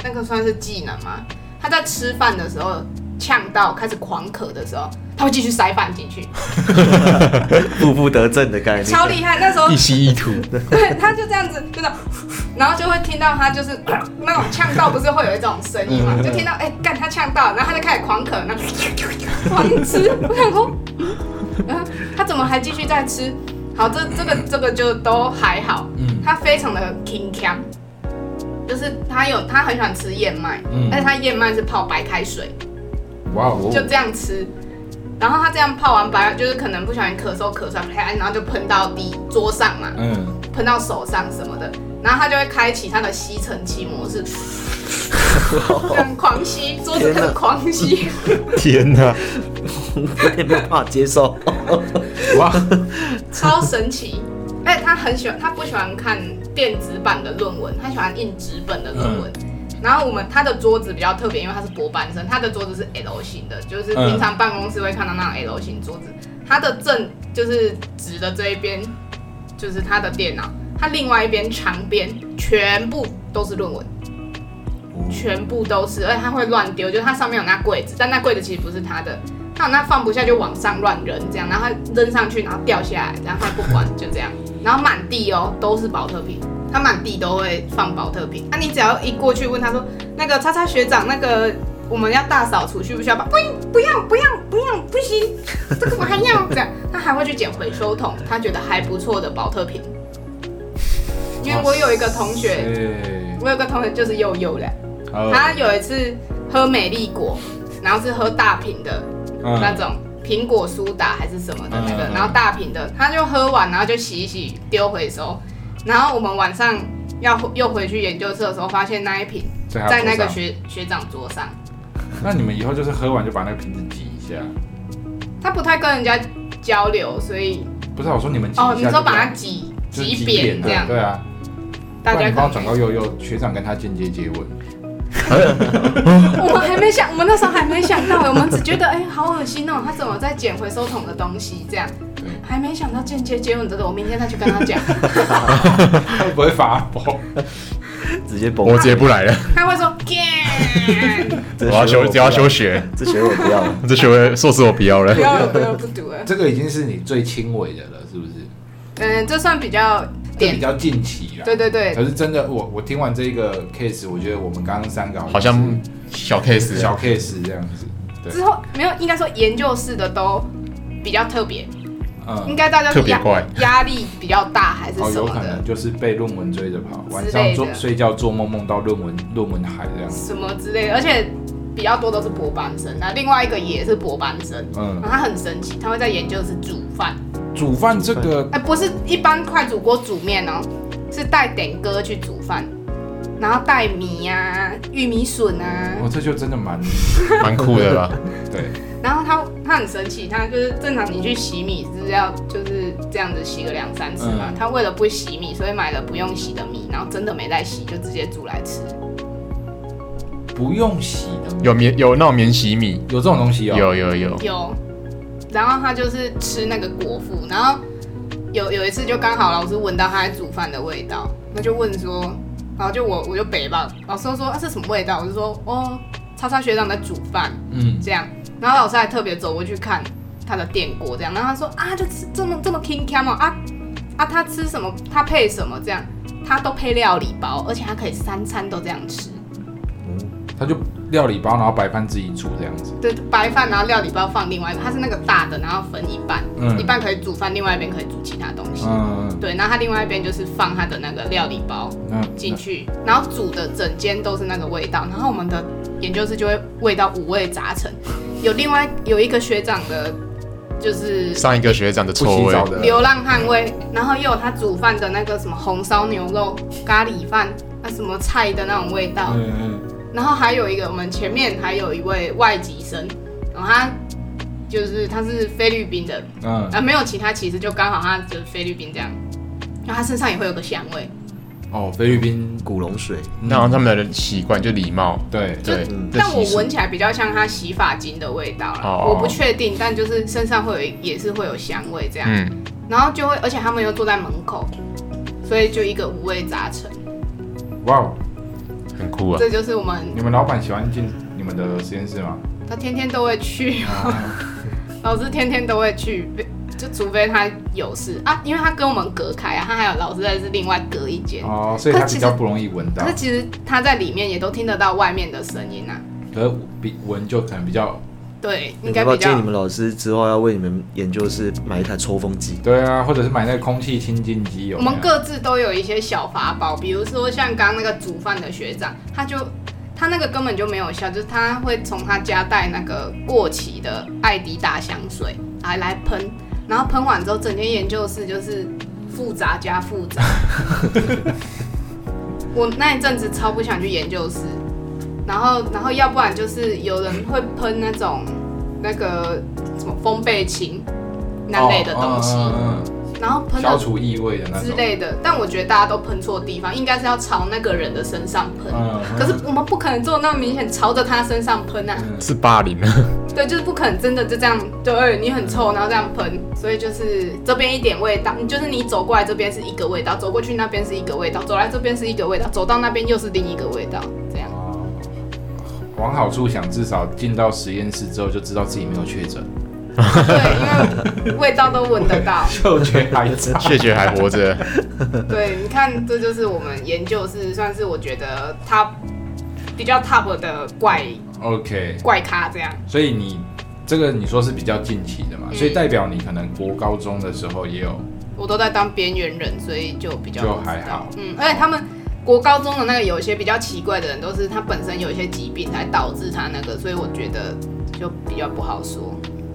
[SPEAKER 2] 那个算是技能吗？他在吃饭的时候呛到开始狂咳的时候，他会继续塞饭进去，
[SPEAKER 3] 负负得正的概念，
[SPEAKER 2] 超厉害，那时候
[SPEAKER 4] 一吸一吐，
[SPEAKER 2] [LAUGHS] 对，他就这样子，真的，然后就会听到他就是 [COUGHS] 那种呛到，不是会有一种声音
[SPEAKER 1] 嗯
[SPEAKER 2] 嘛？就听到哎，干、他呛到，然后他就开始狂咳，
[SPEAKER 1] [LAUGHS]
[SPEAKER 2] 然后狂吃。我想说，嗯，他怎么还继续在吃？好，这这个这个就都还好。
[SPEAKER 1] 嗯
[SPEAKER 2] 他非常的 king cam，就是他有他很喜欢吃燕麦，
[SPEAKER 1] 嗯
[SPEAKER 2] 但是他燕麦是泡白开水，
[SPEAKER 1] 哇哦！
[SPEAKER 2] 就这样吃。然后他这样泡完白，就是可哎能不小心咳嗽咳出来，然后就喷到地桌上嘛。
[SPEAKER 1] 嗯，
[SPEAKER 2] 喷到手上什么的，然后它就会开启它的吸尘器模
[SPEAKER 3] [LAUGHS]
[SPEAKER 2] 式，这样狂吸，桌子
[SPEAKER 3] 天哪
[SPEAKER 2] 很狂吸。
[SPEAKER 5] 天哪！
[SPEAKER 3] 有点没有办法接受。
[SPEAKER 1] 哇，
[SPEAKER 2] 超神奇。而且他很喜欢，他不喜欢看电子版的论文，他喜欢印纸本的论文。然后我们他的桌子比较特别，因为他是博班生，他的桌子是 L 型的，就是
[SPEAKER 1] 嗯
[SPEAKER 2] 平常办公室会看到那种 L 型桌子。他的正就是直的这一边，就是他的电脑，他另外一边长边全部都是论文，全部都是，而且他会乱丢，就是他上面有那柜子，但那柜子其实不是他的，他有那放不下就往上乱扔这样，然后他扔上去，然后掉下来，然后他不管就这样，然后满地哦都是保特瓶，他满地都会放保特瓶，啊，你只要一过去问他说那个叉叉学长那个。我们要大扫除，需不需要把？不，不要，不要，不要，不行，这个我还要。这样，他还会去捡回收桶，他觉得还不错的保特瓶。因为我有一个同学，
[SPEAKER 1] 哎，
[SPEAKER 2] 我有个同学就是悠悠嘞，
[SPEAKER 1] 好
[SPEAKER 2] 他有一次喝美丽果，然后是喝大瓶的那种苹果苏打还是什么的那个
[SPEAKER 1] 嗯嗯嗯，嗯
[SPEAKER 2] 然后大瓶的，他就喝完，然后就洗一洗丢回收。然后我们晚上要又回去研究室的时候，发现那一瓶
[SPEAKER 1] 在他
[SPEAKER 2] 在那
[SPEAKER 1] 桌
[SPEAKER 2] 个
[SPEAKER 1] 上
[SPEAKER 2] 学学长桌上，
[SPEAKER 1] 那你们以后就是喝完就把那个瓶子挤一下，
[SPEAKER 2] 他不太跟人家交流，所以
[SPEAKER 1] 不是啊我说你们挤一下
[SPEAKER 2] 哦，
[SPEAKER 1] 就
[SPEAKER 2] 你
[SPEAKER 1] 这样，
[SPEAKER 2] 说把它挤
[SPEAKER 1] 就
[SPEAKER 2] 挤
[SPEAKER 1] 挤
[SPEAKER 2] 扁
[SPEAKER 1] 扁
[SPEAKER 2] 这样，
[SPEAKER 1] 对啊，
[SPEAKER 2] 大
[SPEAKER 1] 不然
[SPEAKER 2] 家
[SPEAKER 1] 你帮
[SPEAKER 2] 可
[SPEAKER 1] 我转
[SPEAKER 2] 能
[SPEAKER 1] 告悠悠学长跟他间接接吻，
[SPEAKER 2] [LAUGHS]
[SPEAKER 1] [LAUGHS]
[SPEAKER 2] 我们还没想，我们那时候还没想到，我们只觉得哎、好恶心哦，他怎么在捡回收桶的东西这样
[SPEAKER 1] 对？
[SPEAKER 2] 还没想到间接接吻这个，我明天再去跟他讲，
[SPEAKER 1] 他会不会发疯？
[SPEAKER 3] 直接崩
[SPEAKER 4] 我直接不来了，
[SPEAKER 2] [LAUGHS] 他会说干，
[SPEAKER 3] 这
[SPEAKER 4] 我要
[SPEAKER 3] 学
[SPEAKER 4] 休，
[SPEAKER 3] 我
[SPEAKER 4] 只要
[SPEAKER 3] 不要
[SPEAKER 4] 休学，
[SPEAKER 3] 这学我不要了。
[SPEAKER 4] 这学位硕士我不要
[SPEAKER 2] [LAUGHS]
[SPEAKER 4] 了
[SPEAKER 2] 不。要了，不要了不读了。
[SPEAKER 1] 这个已经是你最轻微的了，是不是？
[SPEAKER 2] 嗯，这算比较
[SPEAKER 1] 这比
[SPEAKER 2] 点，
[SPEAKER 1] 较近期啦。啊
[SPEAKER 2] 对对对
[SPEAKER 1] 可，是真的，我我听完这一个 case，我觉得我们刚刚三个
[SPEAKER 4] 好像小 case
[SPEAKER 1] 是小 case 这样子。对
[SPEAKER 2] 之后没有，应该说研究室的都比较特别，应
[SPEAKER 1] 嗯，
[SPEAKER 2] 该大家
[SPEAKER 4] 特别
[SPEAKER 2] 压
[SPEAKER 4] 怪
[SPEAKER 2] 压力比较大还是
[SPEAKER 1] 哦，
[SPEAKER 2] 什
[SPEAKER 1] 有
[SPEAKER 2] 么
[SPEAKER 1] 可能
[SPEAKER 2] 的，
[SPEAKER 1] 就是被论文追着跑，晚
[SPEAKER 2] 之类
[SPEAKER 1] 上做
[SPEAKER 2] 的
[SPEAKER 1] 睡觉做梦梦到论文论文海这样子。
[SPEAKER 2] 什么之类的，而且比较多都是博班生，那另外一个也是博班生，然
[SPEAKER 1] 嗯
[SPEAKER 2] 后，他很神奇，他会在研究室煮饭。
[SPEAKER 1] 煮饭这个
[SPEAKER 2] 哎、不是一般快煮锅煮面哦，是带点哥去煮饭，然后带米啊、玉米笋
[SPEAKER 1] 哦，
[SPEAKER 2] 啊，
[SPEAKER 1] 这就真的蛮
[SPEAKER 4] 蛮酷的吧？
[SPEAKER 1] 对，
[SPEAKER 2] 然后他他很神奇，他就是正常你去洗米是要就是这样子洗个两三次嘛，
[SPEAKER 1] 嗯
[SPEAKER 2] 他为了不洗米，所以买了不用洗的米，然后真的没在洗就直接煮来吃，
[SPEAKER 1] 不用洗的，
[SPEAKER 4] 有免有那种免洗米，
[SPEAKER 1] 有这种东西哦。
[SPEAKER 4] 有有有，
[SPEAKER 2] 有，然后他就是吃那个果腹，然后有有一次就刚好老师闻到他在煮饭的味道，那就问说，然后就我我就北吧，老师就说啊这什么味道？我就说哦，叉叉学长在煮饭
[SPEAKER 1] 嗯，
[SPEAKER 2] 这样，然后老师还特别走过去看他的电锅这样，然后他说啊就吃这么这么 king cam 哦啊啊他吃什么他配什么这样，他都配料理包，而且他可以三餐都这样吃。
[SPEAKER 1] 他就料理包，然后白饭自己煮这样子。
[SPEAKER 2] 对，白饭然后料理包放另外一个，它是那个大的，然后分一半，
[SPEAKER 1] 嗯
[SPEAKER 2] 一半可以煮饭，另外一边可以煮其他东西。
[SPEAKER 1] 嗯，
[SPEAKER 2] 对，然后它另外一边就是放它的那个料理包
[SPEAKER 1] 那
[SPEAKER 2] 进去，然后煮的整间都是那个味道，然后我们的研究室就会味道五味杂陈。有另外有一个学长的，就是
[SPEAKER 4] 上一个学长的
[SPEAKER 1] 不
[SPEAKER 4] 错
[SPEAKER 1] 洗
[SPEAKER 4] 位，
[SPEAKER 1] 澡的
[SPEAKER 2] 流浪汉味，然后又有他煮饭的那个什么红烧牛肉、咖喱饭啊什么菜的那种味道，
[SPEAKER 1] 嗯嗯
[SPEAKER 2] 然后还有一个，我们前面还有一位外籍生，然后他就是他是菲律宾的，
[SPEAKER 1] 嗯，
[SPEAKER 2] 啊没有其他歧视，就刚好他就是菲律宾这样，然后他身上也会有个香味，
[SPEAKER 1] 哦，菲律宾嗯
[SPEAKER 3] 古龙水，
[SPEAKER 4] 那好像他们的习惯就礼貌，
[SPEAKER 1] 对，
[SPEAKER 4] 对，这
[SPEAKER 2] 但我
[SPEAKER 4] 习俗
[SPEAKER 2] 闻起来比较像他洗发精的味道啦，
[SPEAKER 4] 哦
[SPEAKER 2] 我不确定，但就是身上会有一也是会有香味这样，
[SPEAKER 4] 嗯，
[SPEAKER 2] 然后就会，而且他们又坐在门口，所以就一个五味杂陈，
[SPEAKER 1] 哇哦，
[SPEAKER 4] 很酷啊。
[SPEAKER 2] 这就是我们
[SPEAKER 1] 你们老板喜欢进你们的实验室吗？
[SPEAKER 2] 他天天都会去， [LAUGHS] 老师天天都会去，就除非他有事啊，因为他跟我们隔开啊，他还有老师在是另外隔一间。
[SPEAKER 1] 哦，啊所以他
[SPEAKER 2] 可是
[SPEAKER 1] 比
[SPEAKER 2] 其
[SPEAKER 1] 较
[SPEAKER 2] 实
[SPEAKER 1] 不容易闻到
[SPEAKER 2] 可是，其实他在里面也都听得到外面的声音啊，
[SPEAKER 1] 可是比闻就可能比较，
[SPEAKER 2] 对，应
[SPEAKER 3] 你
[SPEAKER 2] 该
[SPEAKER 3] 要不要
[SPEAKER 2] 比
[SPEAKER 3] 建议
[SPEAKER 2] 较
[SPEAKER 3] 你。们老师之后要为你们研究室买一台抽风机？
[SPEAKER 1] 对啊，或者是买那个空气清净机有
[SPEAKER 2] 我
[SPEAKER 1] 没有
[SPEAKER 2] 们各自都有一些小法宝，比如说像刚刚那个煮饭的学长，他就他那个根本就没有效，就是他会从他家带那个过期的艾迪达香水来来喷，然
[SPEAKER 1] [LAUGHS]
[SPEAKER 2] 后喷完之后，整间研究室就是复杂加复杂。我那一阵子超不想去研究室，然后然后要不然就是有人会喷那种那个什么风倍琴那类的东西，
[SPEAKER 1] 哦嗯嗯嗯
[SPEAKER 2] 然后喷
[SPEAKER 1] 消
[SPEAKER 2] 到
[SPEAKER 1] 除异味的那
[SPEAKER 2] 之
[SPEAKER 1] 种。
[SPEAKER 2] 类的，但我觉得大家都喷错地方，应该是要朝那个人的身上喷。
[SPEAKER 1] 嗯嗯
[SPEAKER 2] 可是我们不可能做那么明显，朝着他身上喷啊！
[SPEAKER 4] 是霸凌啊，
[SPEAKER 2] 对，就是不可能真的就这样，对，哎你很臭，然后这样喷，所以就是这边一点味道，就是你走过来这边是一个味道，走过去那边是一个味道，走来这边是一个味道，走到那边又是另一个味道，这样。
[SPEAKER 1] 哦往好处想，至少进到实验室之后就知道自己没有确诊，。
[SPEAKER 2] 对，因为味道都闻得到
[SPEAKER 1] 嗅觉还差。
[SPEAKER 4] 谢绝还活着，
[SPEAKER 2] 对，你看，这就是我们研究是算是我觉得它比较 top 的怪
[SPEAKER 1] OK，
[SPEAKER 2] 怪咖这样。
[SPEAKER 1] 所以你这个你说是比较近期的嘛，
[SPEAKER 2] 嗯
[SPEAKER 1] 所以代表你可能国高中的时候也有
[SPEAKER 2] 我都在当边缘人，所以就比较
[SPEAKER 1] 就
[SPEAKER 2] 不知
[SPEAKER 1] 还
[SPEAKER 2] 道
[SPEAKER 1] 好
[SPEAKER 2] 嗯，而且他们国高中的那个有一些比较奇怪的人，都是他本身有一些疾病才导致他那个，所以我觉得就比较不好说。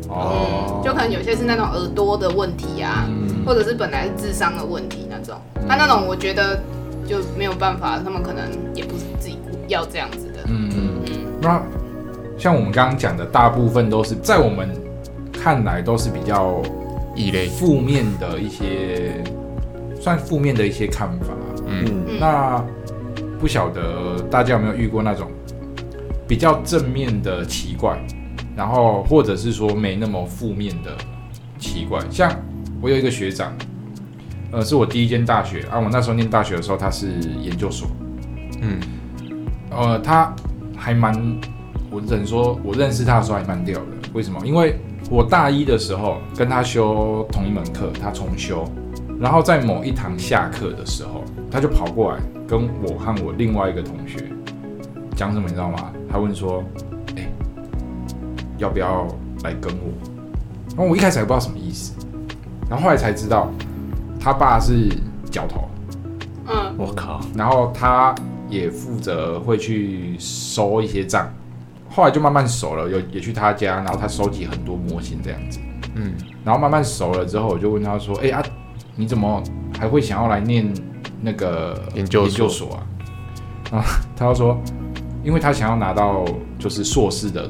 [SPEAKER 1] 哦
[SPEAKER 2] 嗯，，就可能有些是那种耳朵的问题啊，
[SPEAKER 1] 嗯
[SPEAKER 2] 或者是本来是智商的问题那种。他、那种我觉得就没有办法，他们可能也不是自己要这样子的。
[SPEAKER 1] 嗯嗯，
[SPEAKER 2] 嗯，
[SPEAKER 1] 那像我们刚刚讲的，大部分都是在我们看来都是比较
[SPEAKER 4] 异类，
[SPEAKER 1] 负面的一些，算负面的一些看法。
[SPEAKER 3] 嗯，
[SPEAKER 2] 嗯
[SPEAKER 1] 那不晓得大家有没有遇过那种比较正面的奇怪，然后或者是说没那么负面的奇怪。像我有一个学长，呃，是我第一间大学啊，我那时候念大学的时候他是研究所，
[SPEAKER 4] 嗯，
[SPEAKER 1] 呃，他还蛮，我只能说我认识他的时候还蛮屌的。为什么？因为我大一的时候跟他修同一门课，他重修，然后在某一堂下课的时候，他就跑过来跟我和我另外一个同学讲什么，你知道吗？他问说：“哎、要不要来跟我？”然后我一开始还不知道什么意思，然后后来才知道，他爸是角头，
[SPEAKER 2] 嗯，
[SPEAKER 3] 我靠，
[SPEAKER 1] 然后他也负责会去收一些账，后来就慢慢熟了，有也去他家，然后他收集很多模型这样子，
[SPEAKER 4] 嗯，
[SPEAKER 1] 然后慢慢熟了之后，我就问他说：“哎、啊，你怎么还会想要来念那个
[SPEAKER 4] 研究所
[SPEAKER 1] 所啊？”然后他就说：“因为他想要拿到就是硕士的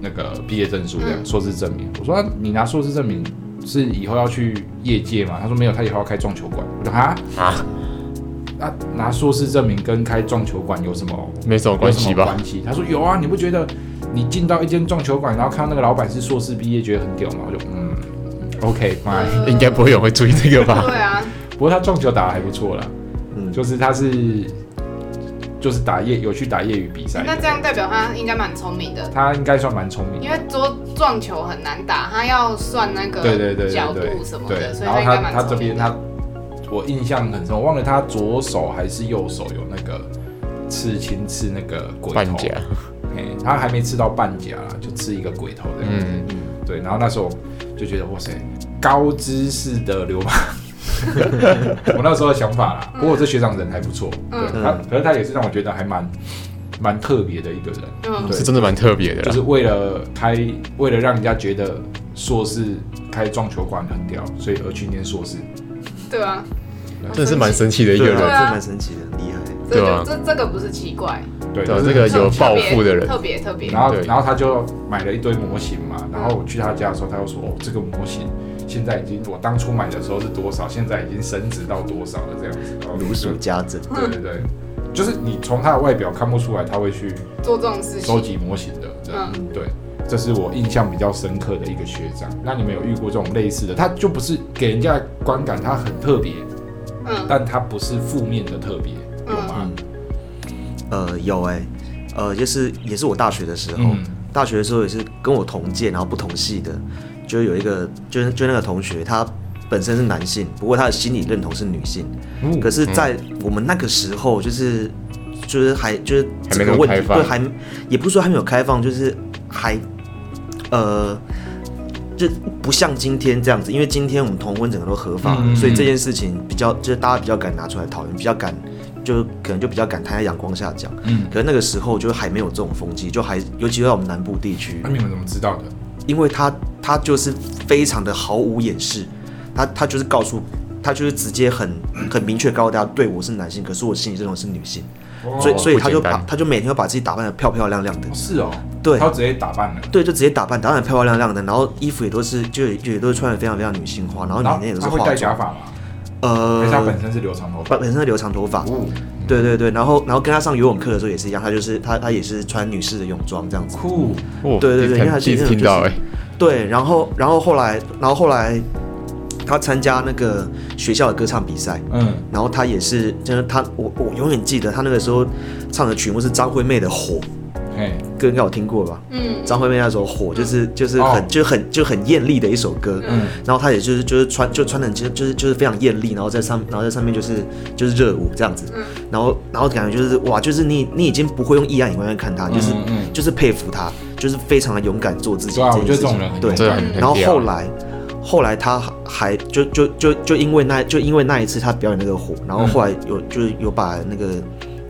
[SPEAKER 1] 那个毕业证书，这样、
[SPEAKER 2] 嗯
[SPEAKER 1] 硕士证明。”我说啊：“你拿硕士证明是以后要去业界吗？”他说：“没有，他以后要开撞球馆。”我说：“哈
[SPEAKER 4] 啊
[SPEAKER 1] 啊，拿硕士证明跟开撞球馆有什么
[SPEAKER 4] 没什么关
[SPEAKER 1] 有什
[SPEAKER 4] 系
[SPEAKER 1] 么
[SPEAKER 4] 吧？
[SPEAKER 1] 关系？他说有啊，你不觉得你进到一间撞球馆，然后看到那个老板是硕士毕业，觉得很屌吗？我就嗯，OK fine。
[SPEAKER 2] 呃
[SPEAKER 4] 应该不会有人会注意这个
[SPEAKER 1] 嗯
[SPEAKER 2] [LAUGHS]
[SPEAKER 4] 吧？
[SPEAKER 2] 对
[SPEAKER 1] [LAUGHS]
[SPEAKER 2] 啊，
[SPEAKER 1] 不过他撞球打的还不错啦，
[SPEAKER 3] 嗯
[SPEAKER 1] 就是他是就是打业有去打业余比赛的，
[SPEAKER 2] 那这样代表他应该蛮聪明的。
[SPEAKER 1] 他应该算蛮聪明的。
[SPEAKER 2] 因为桌撞球很难打，他要算那个
[SPEAKER 1] 对对对
[SPEAKER 2] 角
[SPEAKER 1] 对
[SPEAKER 2] 度什么
[SPEAKER 1] 对
[SPEAKER 2] 的，，所以
[SPEAKER 1] 然后
[SPEAKER 2] 应该蛮
[SPEAKER 1] 他这
[SPEAKER 2] 聪
[SPEAKER 1] 边
[SPEAKER 2] 明
[SPEAKER 1] 他
[SPEAKER 2] 的。
[SPEAKER 1] 我印象很深，我忘了他左手还是右手有那个刺青刺那个鬼
[SPEAKER 4] 半
[SPEAKER 1] 头，
[SPEAKER 4] 甲，
[SPEAKER 1] 嘿，他还没吃到半甲啦，就吃一个鬼头这样子。
[SPEAKER 4] 嗯
[SPEAKER 1] 对，然后那时候就觉得哇塞，高知识的流氓。我那时候的想法啦，不过我这学长人还不错，对
[SPEAKER 3] 嗯
[SPEAKER 1] 他，可是他也是让我觉得还蛮蛮特别的一个人，
[SPEAKER 2] 嗯，
[SPEAKER 1] 对
[SPEAKER 4] 是真的蛮特别的
[SPEAKER 1] 就
[SPEAKER 4] 啦
[SPEAKER 1] 是。为了开，为了让人家觉得硕士开撞球馆很屌，所以而去念硕士。
[SPEAKER 2] 对啊，
[SPEAKER 4] 真的是蛮神奇的一个
[SPEAKER 3] 对啊，，
[SPEAKER 4] 人
[SPEAKER 2] 对啊
[SPEAKER 3] 这蛮神奇的，很厉害。
[SPEAKER 2] 这
[SPEAKER 4] 对
[SPEAKER 2] 就
[SPEAKER 4] 啊
[SPEAKER 2] 这这个不是奇怪，
[SPEAKER 1] 对，
[SPEAKER 4] 对啊
[SPEAKER 1] 就是
[SPEAKER 4] 这个
[SPEAKER 2] 这
[SPEAKER 4] 有
[SPEAKER 2] 特别
[SPEAKER 4] 抱负的人
[SPEAKER 2] 特别特别
[SPEAKER 1] 然。后
[SPEAKER 4] 对
[SPEAKER 1] 然后他就买了一堆模型嘛，
[SPEAKER 2] 嗯
[SPEAKER 1] 然后我去他家的时候，他又说哦，这个模型现在已经我当初买的时候是多少，现在已经升值到多少了这样子，然后
[SPEAKER 3] 如数家珍，
[SPEAKER 1] 对对对，就是你从他的外表看不出来他会去
[SPEAKER 2] 做这种事
[SPEAKER 1] 收
[SPEAKER 2] 情，
[SPEAKER 1] 集模型的人，
[SPEAKER 2] 嗯
[SPEAKER 1] 对，这是我印象比较深刻的一个学长。那你们有遇过这种类似的？他就不是给人家的观感他很特别，
[SPEAKER 2] 嗯
[SPEAKER 1] 但他不是负面的特别，有吗？
[SPEAKER 3] 呃，有哎、呃，就是也是我大学的时候，
[SPEAKER 1] 嗯
[SPEAKER 3] 大学的时候也是跟我同届，然后不同系的，就有一个，就是就那个同学，他本身是男性，不过他的心理认同是女性。
[SPEAKER 1] 嗯
[SPEAKER 3] 可是，在我们那个时候，就是就是还就是这
[SPEAKER 4] 还没
[SPEAKER 3] 个
[SPEAKER 4] 那么
[SPEAKER 3] 问题
[SPEAKER 4] 开放
[SPEAKER 3] 对还也不是说还没有开放，就是还呃。就不像今天这样子，因为今天我们同婚整个都合法了，
[SPEAKER 1] 嗯
[SPEAKER 3] 所以这件事情比较就是大家比较敢拿出来讨论，比较敢就可能就比较敢摊在阳光下讲。
[SPEAKER 1] 嗯，
[SPEAKER 3] 可是那个时候就还没有这种风气，就还尤其是在我们南部地区
[SPEAKER 1] 哦那、，你们怎么知道的？
[SPEAKER 3] 因为他他就是非常的毫无掩饰，他他就是告诉他就是直接很很明确告诉大家，对我是男性，可是我心里认同是女性，
[SPEAKER 1] 哦
[SPEAKER 3] 所以所以他就
[SPEAKER 4] 不简单
[SPEAKER 3] 把他就每天都把自己打扮的漂漂亮亮的
[SPEAKER 1] 哦，是哦，
[SPEAKER 3] 对
[SPEAKER 1] 他直接打扮了，
[SPEAKER 3] 对，就直接打扮打扮得漂漂亮亮的，然后衣服也都是就也就也都是穿的非常非常女性化，然后
[SPEAKER 1] 然
[SPEAKER 3] 每
[SPEAKER 1] 后
[SPEAKER 3] 天也都是
[SPEAKER 1] 他会
[SPEAKER 3] 化
[SPEAKER 1] 戴
[SPEAKER 3] 妆，
[SPEAKER 1] 假发吗？还是他
[SPEAKER 3] 呃
[SPEAKER 1] 本，身是留长头发
[SPEAKER 3] 本？本身留长头发，
[SPEAKER 1] 哦，
[SPEAKER 3] 对对对，然后然后跟他上游泳课的时候也是一样，他就是他他也是穿女士的泳装这样子。
[SPEAKER 1] 酷，
[SPEAKER 4] 哇
[SPEAKER 3] 对对对因为他
[SPEAKER 4] 第一次
[SPEAKER 3] 其实
[SPEAKER 4] 听到
[SPEAKER 3] 就
[SPEAKER 4] 哎、
[SPEAKER 3] 是对，然后然后后来然后后来他参加那个学校的歌唱比赛，
[SPEAKER 1] 嗯，
[SPEAKER 3] 然后他也是就是他我我永远记得他那个时候唱的曲目是张惠妹的《火》，
[SPEAKER 1] 嘿，
[SPEAKER 3] 歌应该有听过吧？
[SPEAKER 2] 嗯，
[SPEAKER 3] 张惠妹那首《火》就是就是
[SPEAKER 1] 哦
[SPEAKER 3] 很、就很就很艳丽的一首歌，
[SPEAKER 1] 嗯
[SPEAKER 3] 然后她也就是就是穿就穿的就就是就是非常艳丽，然后在上然后在上面就是就是热舞这样子，
[SPEAKER 2] 嗯
[SPEAKER 3] 然后然后感觉就是哇，就是你你已经不会用异样眼光在看她，就是、
[SPEAKER 1] 嗯嗯
[SPEAKER 3] 就是佩服她，就是非常的勇敢做自己
[SPEAKER 1] 对啊
[SPEAKER 3] 件
[SPEAKER 1] 我
[SPEAKER 3] 事情，
[SPEAKER 1] 觉得这种人很
[SPEAKER 3] 对
[SPEAKER 1] 勇，
[SPEAKER 4] 这
[SPEAKER 1] 敢
[SPEAKER 4] 很很
[SPEAKER 3] 然后
[SPEAKER 4] 屌
[SPEAKER 3] 后来，后来他还就就就就因为那就因为那一次他表演那个火，然后后来有、就是有把那个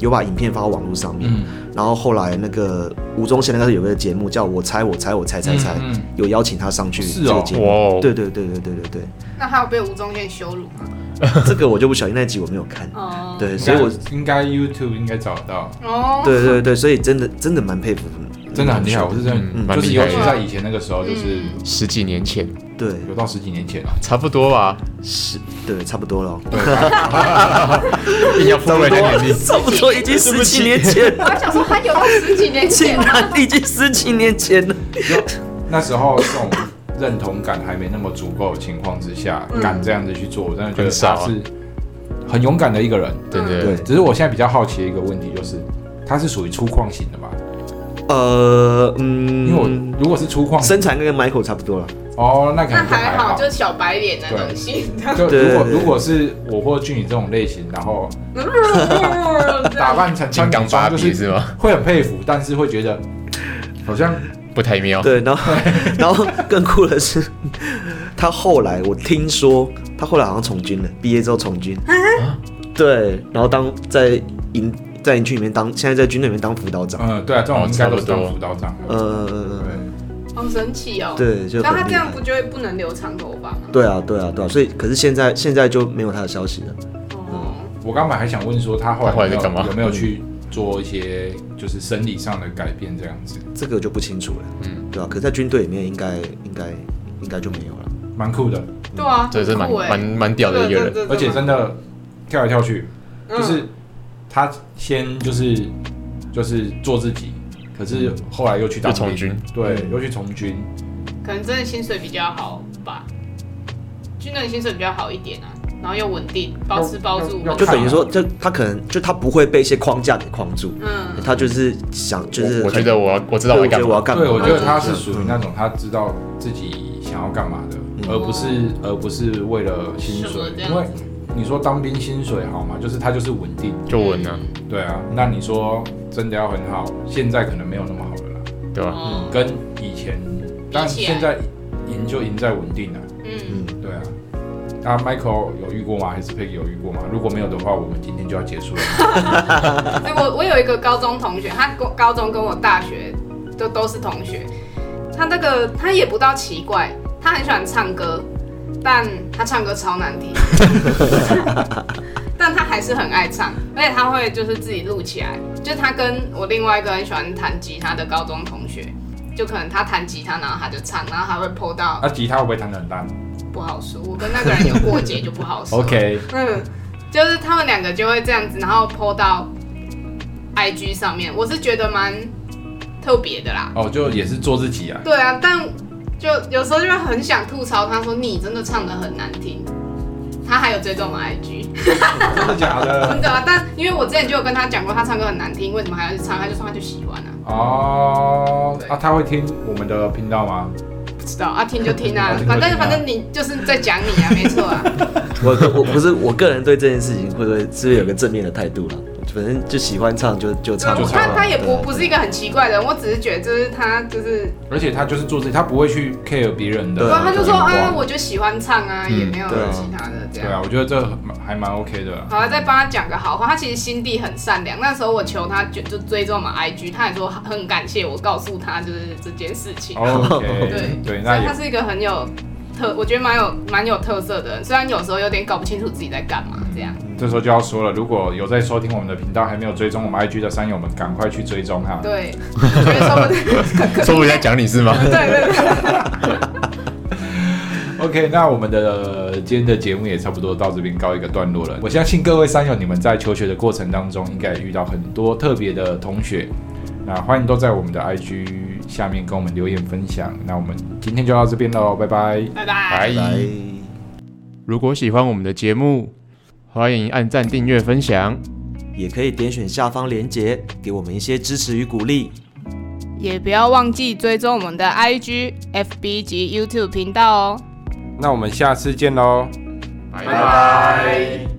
[SPEAKER 3] 有把影片发到网络上面，
[SPEAKER 1] 嗯
[SPEAKER 3] 然后后来那个吴宗宪那个有个节目叫我猜我猜我猜猜猜，
[SPEAKER 1] 嗯嗯
[SPEAKER 3] 有邀请他上去
[SPEAKER 1] 是
[SPEAKER 3] 这个
[SPEAKER 1] 哦
[SPEAKER 3] 节
[SPEAKER 4] 哇
[SPEAKER 3] 目。
[SPEAKER 4] 哦，
[SPEAKER 3] 对对对对对对 [LAUGHS]
[SPEAKER 2] 那他有被吴宗宪羞辱吗？
[SPEAKER 3] 对，这个我就不小心那一集我没有看，
[SPEAKER 2] 哦，
[SPEAKER 3] 对，所以我
[SPEAKER 1] 应该应该 YouTube 应该找得到，
[SPEAKER 2] 哦，
[SPEAKER 3] 对对对，所以真的真的蛮佩服他们，
[SPEAKER 1] 真的很厉害，我是
[SPEAKER 4] 嗯
[SPEAKER 1] 真的，
[SPEAKER 4] 蛮
[SPEAKER 1] 就是
[SPEAKER 4] 厉
[SPEAKER 1] 尤
[SPEAKER 4] 害
[SPEAKER 1] 其
[SPEAKER 4] 的
[SPEAKER 1] 在以前那个时候，就是
[SPEAKER 2] 嗯
[SPEAKER 4] 十几年前，
[SPEAKER 3] 对
[SPEAKER 1] 有到十几年前了，
[SPEAKER 4] 差不多吧，
[SPEAKER 3] 是，对差不多了哦，
[SPEAKER 4] 硬要复位那年龄，
[SPEAKER 3] 差不多已经十几年前
[SPEAKER 1] [LAUGHS]
[SPEAKER 2] 我
[SPEAKER 3] 了，
[SPEAKER 2] 还想说他有到十几年
[SPEAKER 3] 竟
[SPEAKER 2] 前，
[SPEAKER 3] 然已经十几年前了。
[SPEAKER 1] 那时候这种认同感还没那么足够的情况之下，
[SPEAKER 2] 嗯
[SPEAKER 1] 敢这样子去做，我真的觉得
[SPEAKER 4] 很少
[SPEAKER 1] 他
[SPEAKER 4] 啊
[SPEAKER 1] 是很勇敢的一个人。
[SPEAKER 4] 真的
[SPEAKER 3] 对
[SPEAKER 1] 只是我现在比较好奇的一个问题就是，他是属于粗犷型的吧？
[SPEAKER 3] 呃，嗯，
[SPEAKER 1] 因为我如果是粗犷型
[SPEAKER 3] 身材跟 Michael 差不多了。
[SPEAKER 1] 哦，那可
[SPEAKER 2] [LAUGHS] 那
[SPEAKER 1] 能就
[SPEAKER 2] 还好，
[SPEAKER 1] 好。
[SPEAKER 2] 就是小白脸的东西， [LAUGHS]
[SPEAKER 1] 就
[SPEAKER 3] 对
[SPEAKER 1] 如果
[SPEAKER 3] 对对
[SPEAKER 1] 如果是我或俊宇这种类型，然后
[SPEAKER 2] 啊
[SPEAKER 1] 打 [LAUGHS] 扮成
[SPEAKER 4] 金刚芭
[SPEAKER 1] 穿女装就
[SPEAKER 4] 比是吗？
[SPEAKER 1] 会很佩服，但是会觉得好像
[SPEAKER 4] 不太妙，
[SPEAKER 3] 对，然后 [LAUGHS] 然后更酷的是，他后来我听说他后来好像从军了，毕业之后从军。
[SPEAKER 2] 啊
[SPEAKER 3] 对，然后当在营在营区里面当，现在在军队里面当辅导长。
[SPEAKER 1] 嗯，对啊，这种
[SPEAKER 4] 哦
[SPEAKER 1] 应该都是
[SPEAKER 4] 差不
[SPEAKER 1] 当
[SPEAKER 4] 多
[SPEAKER 1] 辅导长的。
[SPEAKER 3] 呃，
[SPEAKER 1] 对，
[SPEAKER 2] 好神奇哦。
[SPEAKER 3] 对，就
[SPEAKER 2] 那他
[SPEAKER 3] 很
[SPEAKER 2] 这
[SPEAKER 3] 厉
[SPEAKER 2] 样
[SPEAKER 3] 害
[SPEAKER 2] 不。就会不能留长头发吗？
[SPEAKER 3] 对啊，对啊，对啊，所以可是现在现在就没有他的消息了。
[SPEAKER 2] 哦，
[SPEAKER 1] 我刚本来还想问说他后来
[SPEAKER 4] 他后来在
[SPEAKER 1] 有没有
[SPEAKER 4] 干嘛
[SPEAKER 1] 有没有去做一些就是生理上的改变这样子，
[SPEAKER 3] 这个就不清楚了，
[SPEAKER 4] 嗯
[SPEAKER 3] 对啊，可是在军队里面应该应该应该就没有了。
[SPEAKER 1] 蛮酷的，
[SPEAKER 2] 对啊，
[SPEAKER 4] 这是
[SPEAKER 2] 很
[SPEAKER 4] 蛮
[SPEAKER 2] 酷欸
[SPEAKER 4] 蛮蛮屌的一个人，
[SPEAKER 1] 而且真的跳来跳去，就
[SPEAKER 2] 嗯
[SPEAKER 1] 是他先就是就是做自己，可是后来又去当
[SPEAKER 4] 就从
[SPEAKER 1] 兵
[SPEAKER 4] 军，
[SPEAKER 1] 对，
[SPEAKER 3] 嗯
[SPEAKER 1] 又去从军，
[SPEAKER 2] 可能真的薪水比较好吧，军人薪水比较好一点啊，然后又稳定，包吃包住
[SPEAKER 1] 要要，
[SPEAKER 3] 就等于
[SPEAKER 4] 啊
[SPEAKER 3] 说，就他可能就他不会被一些框架给框住，
[SPEAKER 2] 嗯，
[SPEAKER 3] 他就是想就是
[SPEAKER 4] 我我
[SPEAKER 3] 很
[SPEAKER 4] 觉得我我知道
[SPEAKER 3] 对
[SPEAKER 4] 我
[SPEAKER 3] 我
[SPEAKER 4] 在
[SPEAKER 3] 觉
[SPEAKER 4] 干
[SPEAKER 3] 得我要
[SPEAKER 4] 嘛，
[SPEAKER 1] 对，我
[SPEAKER 3] 干嘛？
[SPEAKER 1] 觉得他是
[SPEAKER 3] 嗯
[SPEAKER 1] 属于那种他知道自己想要干嘛的，而不是而不是为了薪
[SPEAKER 2] 什
[SPEAKER 1] 水
[SPEAKER 2] 么这，样
[SPEAKER 1] 因为
[SPEAKER 2] 子
[SPEAKER 1] 你说当兵薪水好嘛，就是他就是稳定，
[SPEAKER 4] 就稳了，
[SPEAKER 1] 对啊，那你说真的要很好，现在可能没有那么好了啦，
[SPEAKER 4] 对吧？
[SPEAKER 2] 哦，
[SPEAKER 1] 跟以前，但
[SPEAKER 2] 比起来
[SPEAKER 1] 现在赢就赢在稳定了，
[SPEAKER 2] 嗯，
[SPEAKER 1] 对啊。那 Michael 有遇过吗？还是 Peggy 有遇过吗？如果没有的话，我们今天就要结束了。
[SPEAKER 2] 哎，我我有一个高中同学，他高高中跟我大学都都是同学，他那个他也不到奇怪，他很喜欢唱歌，但他唱歌超难听， [LAUGHS] 但他还是很爱唱，而且他会就是自己录起来。就他跟我另外一个很喜欢弹吉他的高中同学，就可能他弹吉他，然后他就唱，然后他会 PO 到
[SPEAKER 1] 那啊吉他会不会弹得很烂
[SPEAKER 2] 不好说。我跟那个人有过节就不好说。
[SPEAKER 1] ？OK，
[SPEAKER 2] 嗯，就是他们两个就会这样子，然后 PO 到 IG 上面，我是觉得蛮特别的啦。
[SPEAKER 1] 哦，就也是做自己啊。
[SPEAKER 2] 对啊，但就有时候就会很想吐槽他说你真的唱的很难听。他还有追踪我 IG， [LAUGHS]
[SPEAKER 1] 真的假的？
[SPEAKER 2] 真的啊！但因为我之前就有跟他讲过，他唱歌很难听，为什么还要去唱？他就说他就喜欢啊，
[SPEAKER 1] 哦，啊，他会听我们的频道吗？
[SPEAKER 2] 不知道啊，听就听
[SPEAKER 1] 哦 [LAUGHS]
[SPEAKER 2] 啊
[SPEAKER 1] 听，就
[SPEAKER 2] 反
[SPEAKER 1] 听
[SPEAKER 2] 正
[SPEAKER 1] 啊
[SPEAKER 2] 反正你就是在讲你啊，没错啊。
[SPEAKER 3] 我我不是我个人对这件事情会不会是不是有个正面的态度了？反正就喜欢唱就就唱
[SPEAKER 1] 就 [LAUGHS]
[SPEAKER 2] 我
[SPEAKER 1] 唱
[SPEAKER 2] 他
[SPEAKER 1] 啊
[SPEAKER 2] 他也不
[SPEAKER 3] 对
[SPEAKER 2] 不是一个很奇怪的人，我只是觉得就是他就是
[SPEAKER 1] 而且他就是做自己，他不会去 care 别人的
[SPEAKER 3] 对
[SPEAKER 1] 眼
[SPEAKER 2] 然
[SPEAKER 1] 光。
[SPEAKER 2] 后他就说啊，我就喜欢唱啊，
[SPEAKER 4] 嗯
[SPEAKER 2] 也没有
[SPEAKER 3] 对啊
[SPEAKER 2] 其他的这
[SPEAKER 1] 对
[SPEAKER 2] 样。
[SPEAKER 1] 啊，我觉得这蛮还蛮 OK
[SPEAKER 2] [LAUGHS]
[SPEAKER 1] 的啊。
[SPEAKER 2] 好了，再帮他讲个好话。他其实心地很善良。那时候我求他就就追踪我们 IG，他也说很感谢我告诉他就是这件事情。
[SPEAKER 1] OK，
[SPEAKER 2] 对
[SPEAKER 1] 哦对，
[SPEAKER 2] 所
[SPEAKER 1] 那
[SPEAKER 2] 以
[SPEAKER 1] 也
[SPEAKER 2] 他是一个很有特，我觉得蛮有蛮有特色的人，虽然有时候有点搞不清楚自己在干嘛这样。
[SPEAKER 1] 这时候就要说了，如果有在收听我们的频道还没有追踪我们 IG 的山友们，赶快去追踪哈。
[SPEAKER 2] 对， [LAUGHS] 我觉得说不定，
[SPEAKER 4] 说我在讲你是吗？
[SPEAKER 2] 对对对，
[SPEAKER 1] OK，那我们的呃今天的节目也差不多到这边告一个段落了。我相信各位山友，你们在求学的过程当中，应该也遇到很多特别的同学。那欢迎都在我们的 IG 下面跟我们留言分享。那我们今天就到这边喽，拜拜。
[SPEAKER 2] 拜拜。
[SPEAKER 4] 拜
[SPEAKER 3] 来。
[SPEAKER 4] 如果喜欢我们的节目，欢迎按赞、订阅、分享。
[SPEAKER 3] 也可以点选下方链接，给我们一些支持与鼓励。
[SPEAKER 2] 也不要忘记追踪我们的 IG、FB 及 YouTube 频道哦。
[SPEAKER 1] 那我们下次见喽。
[SPEAKER 4] 拜
[SPEAKER 2] 拜。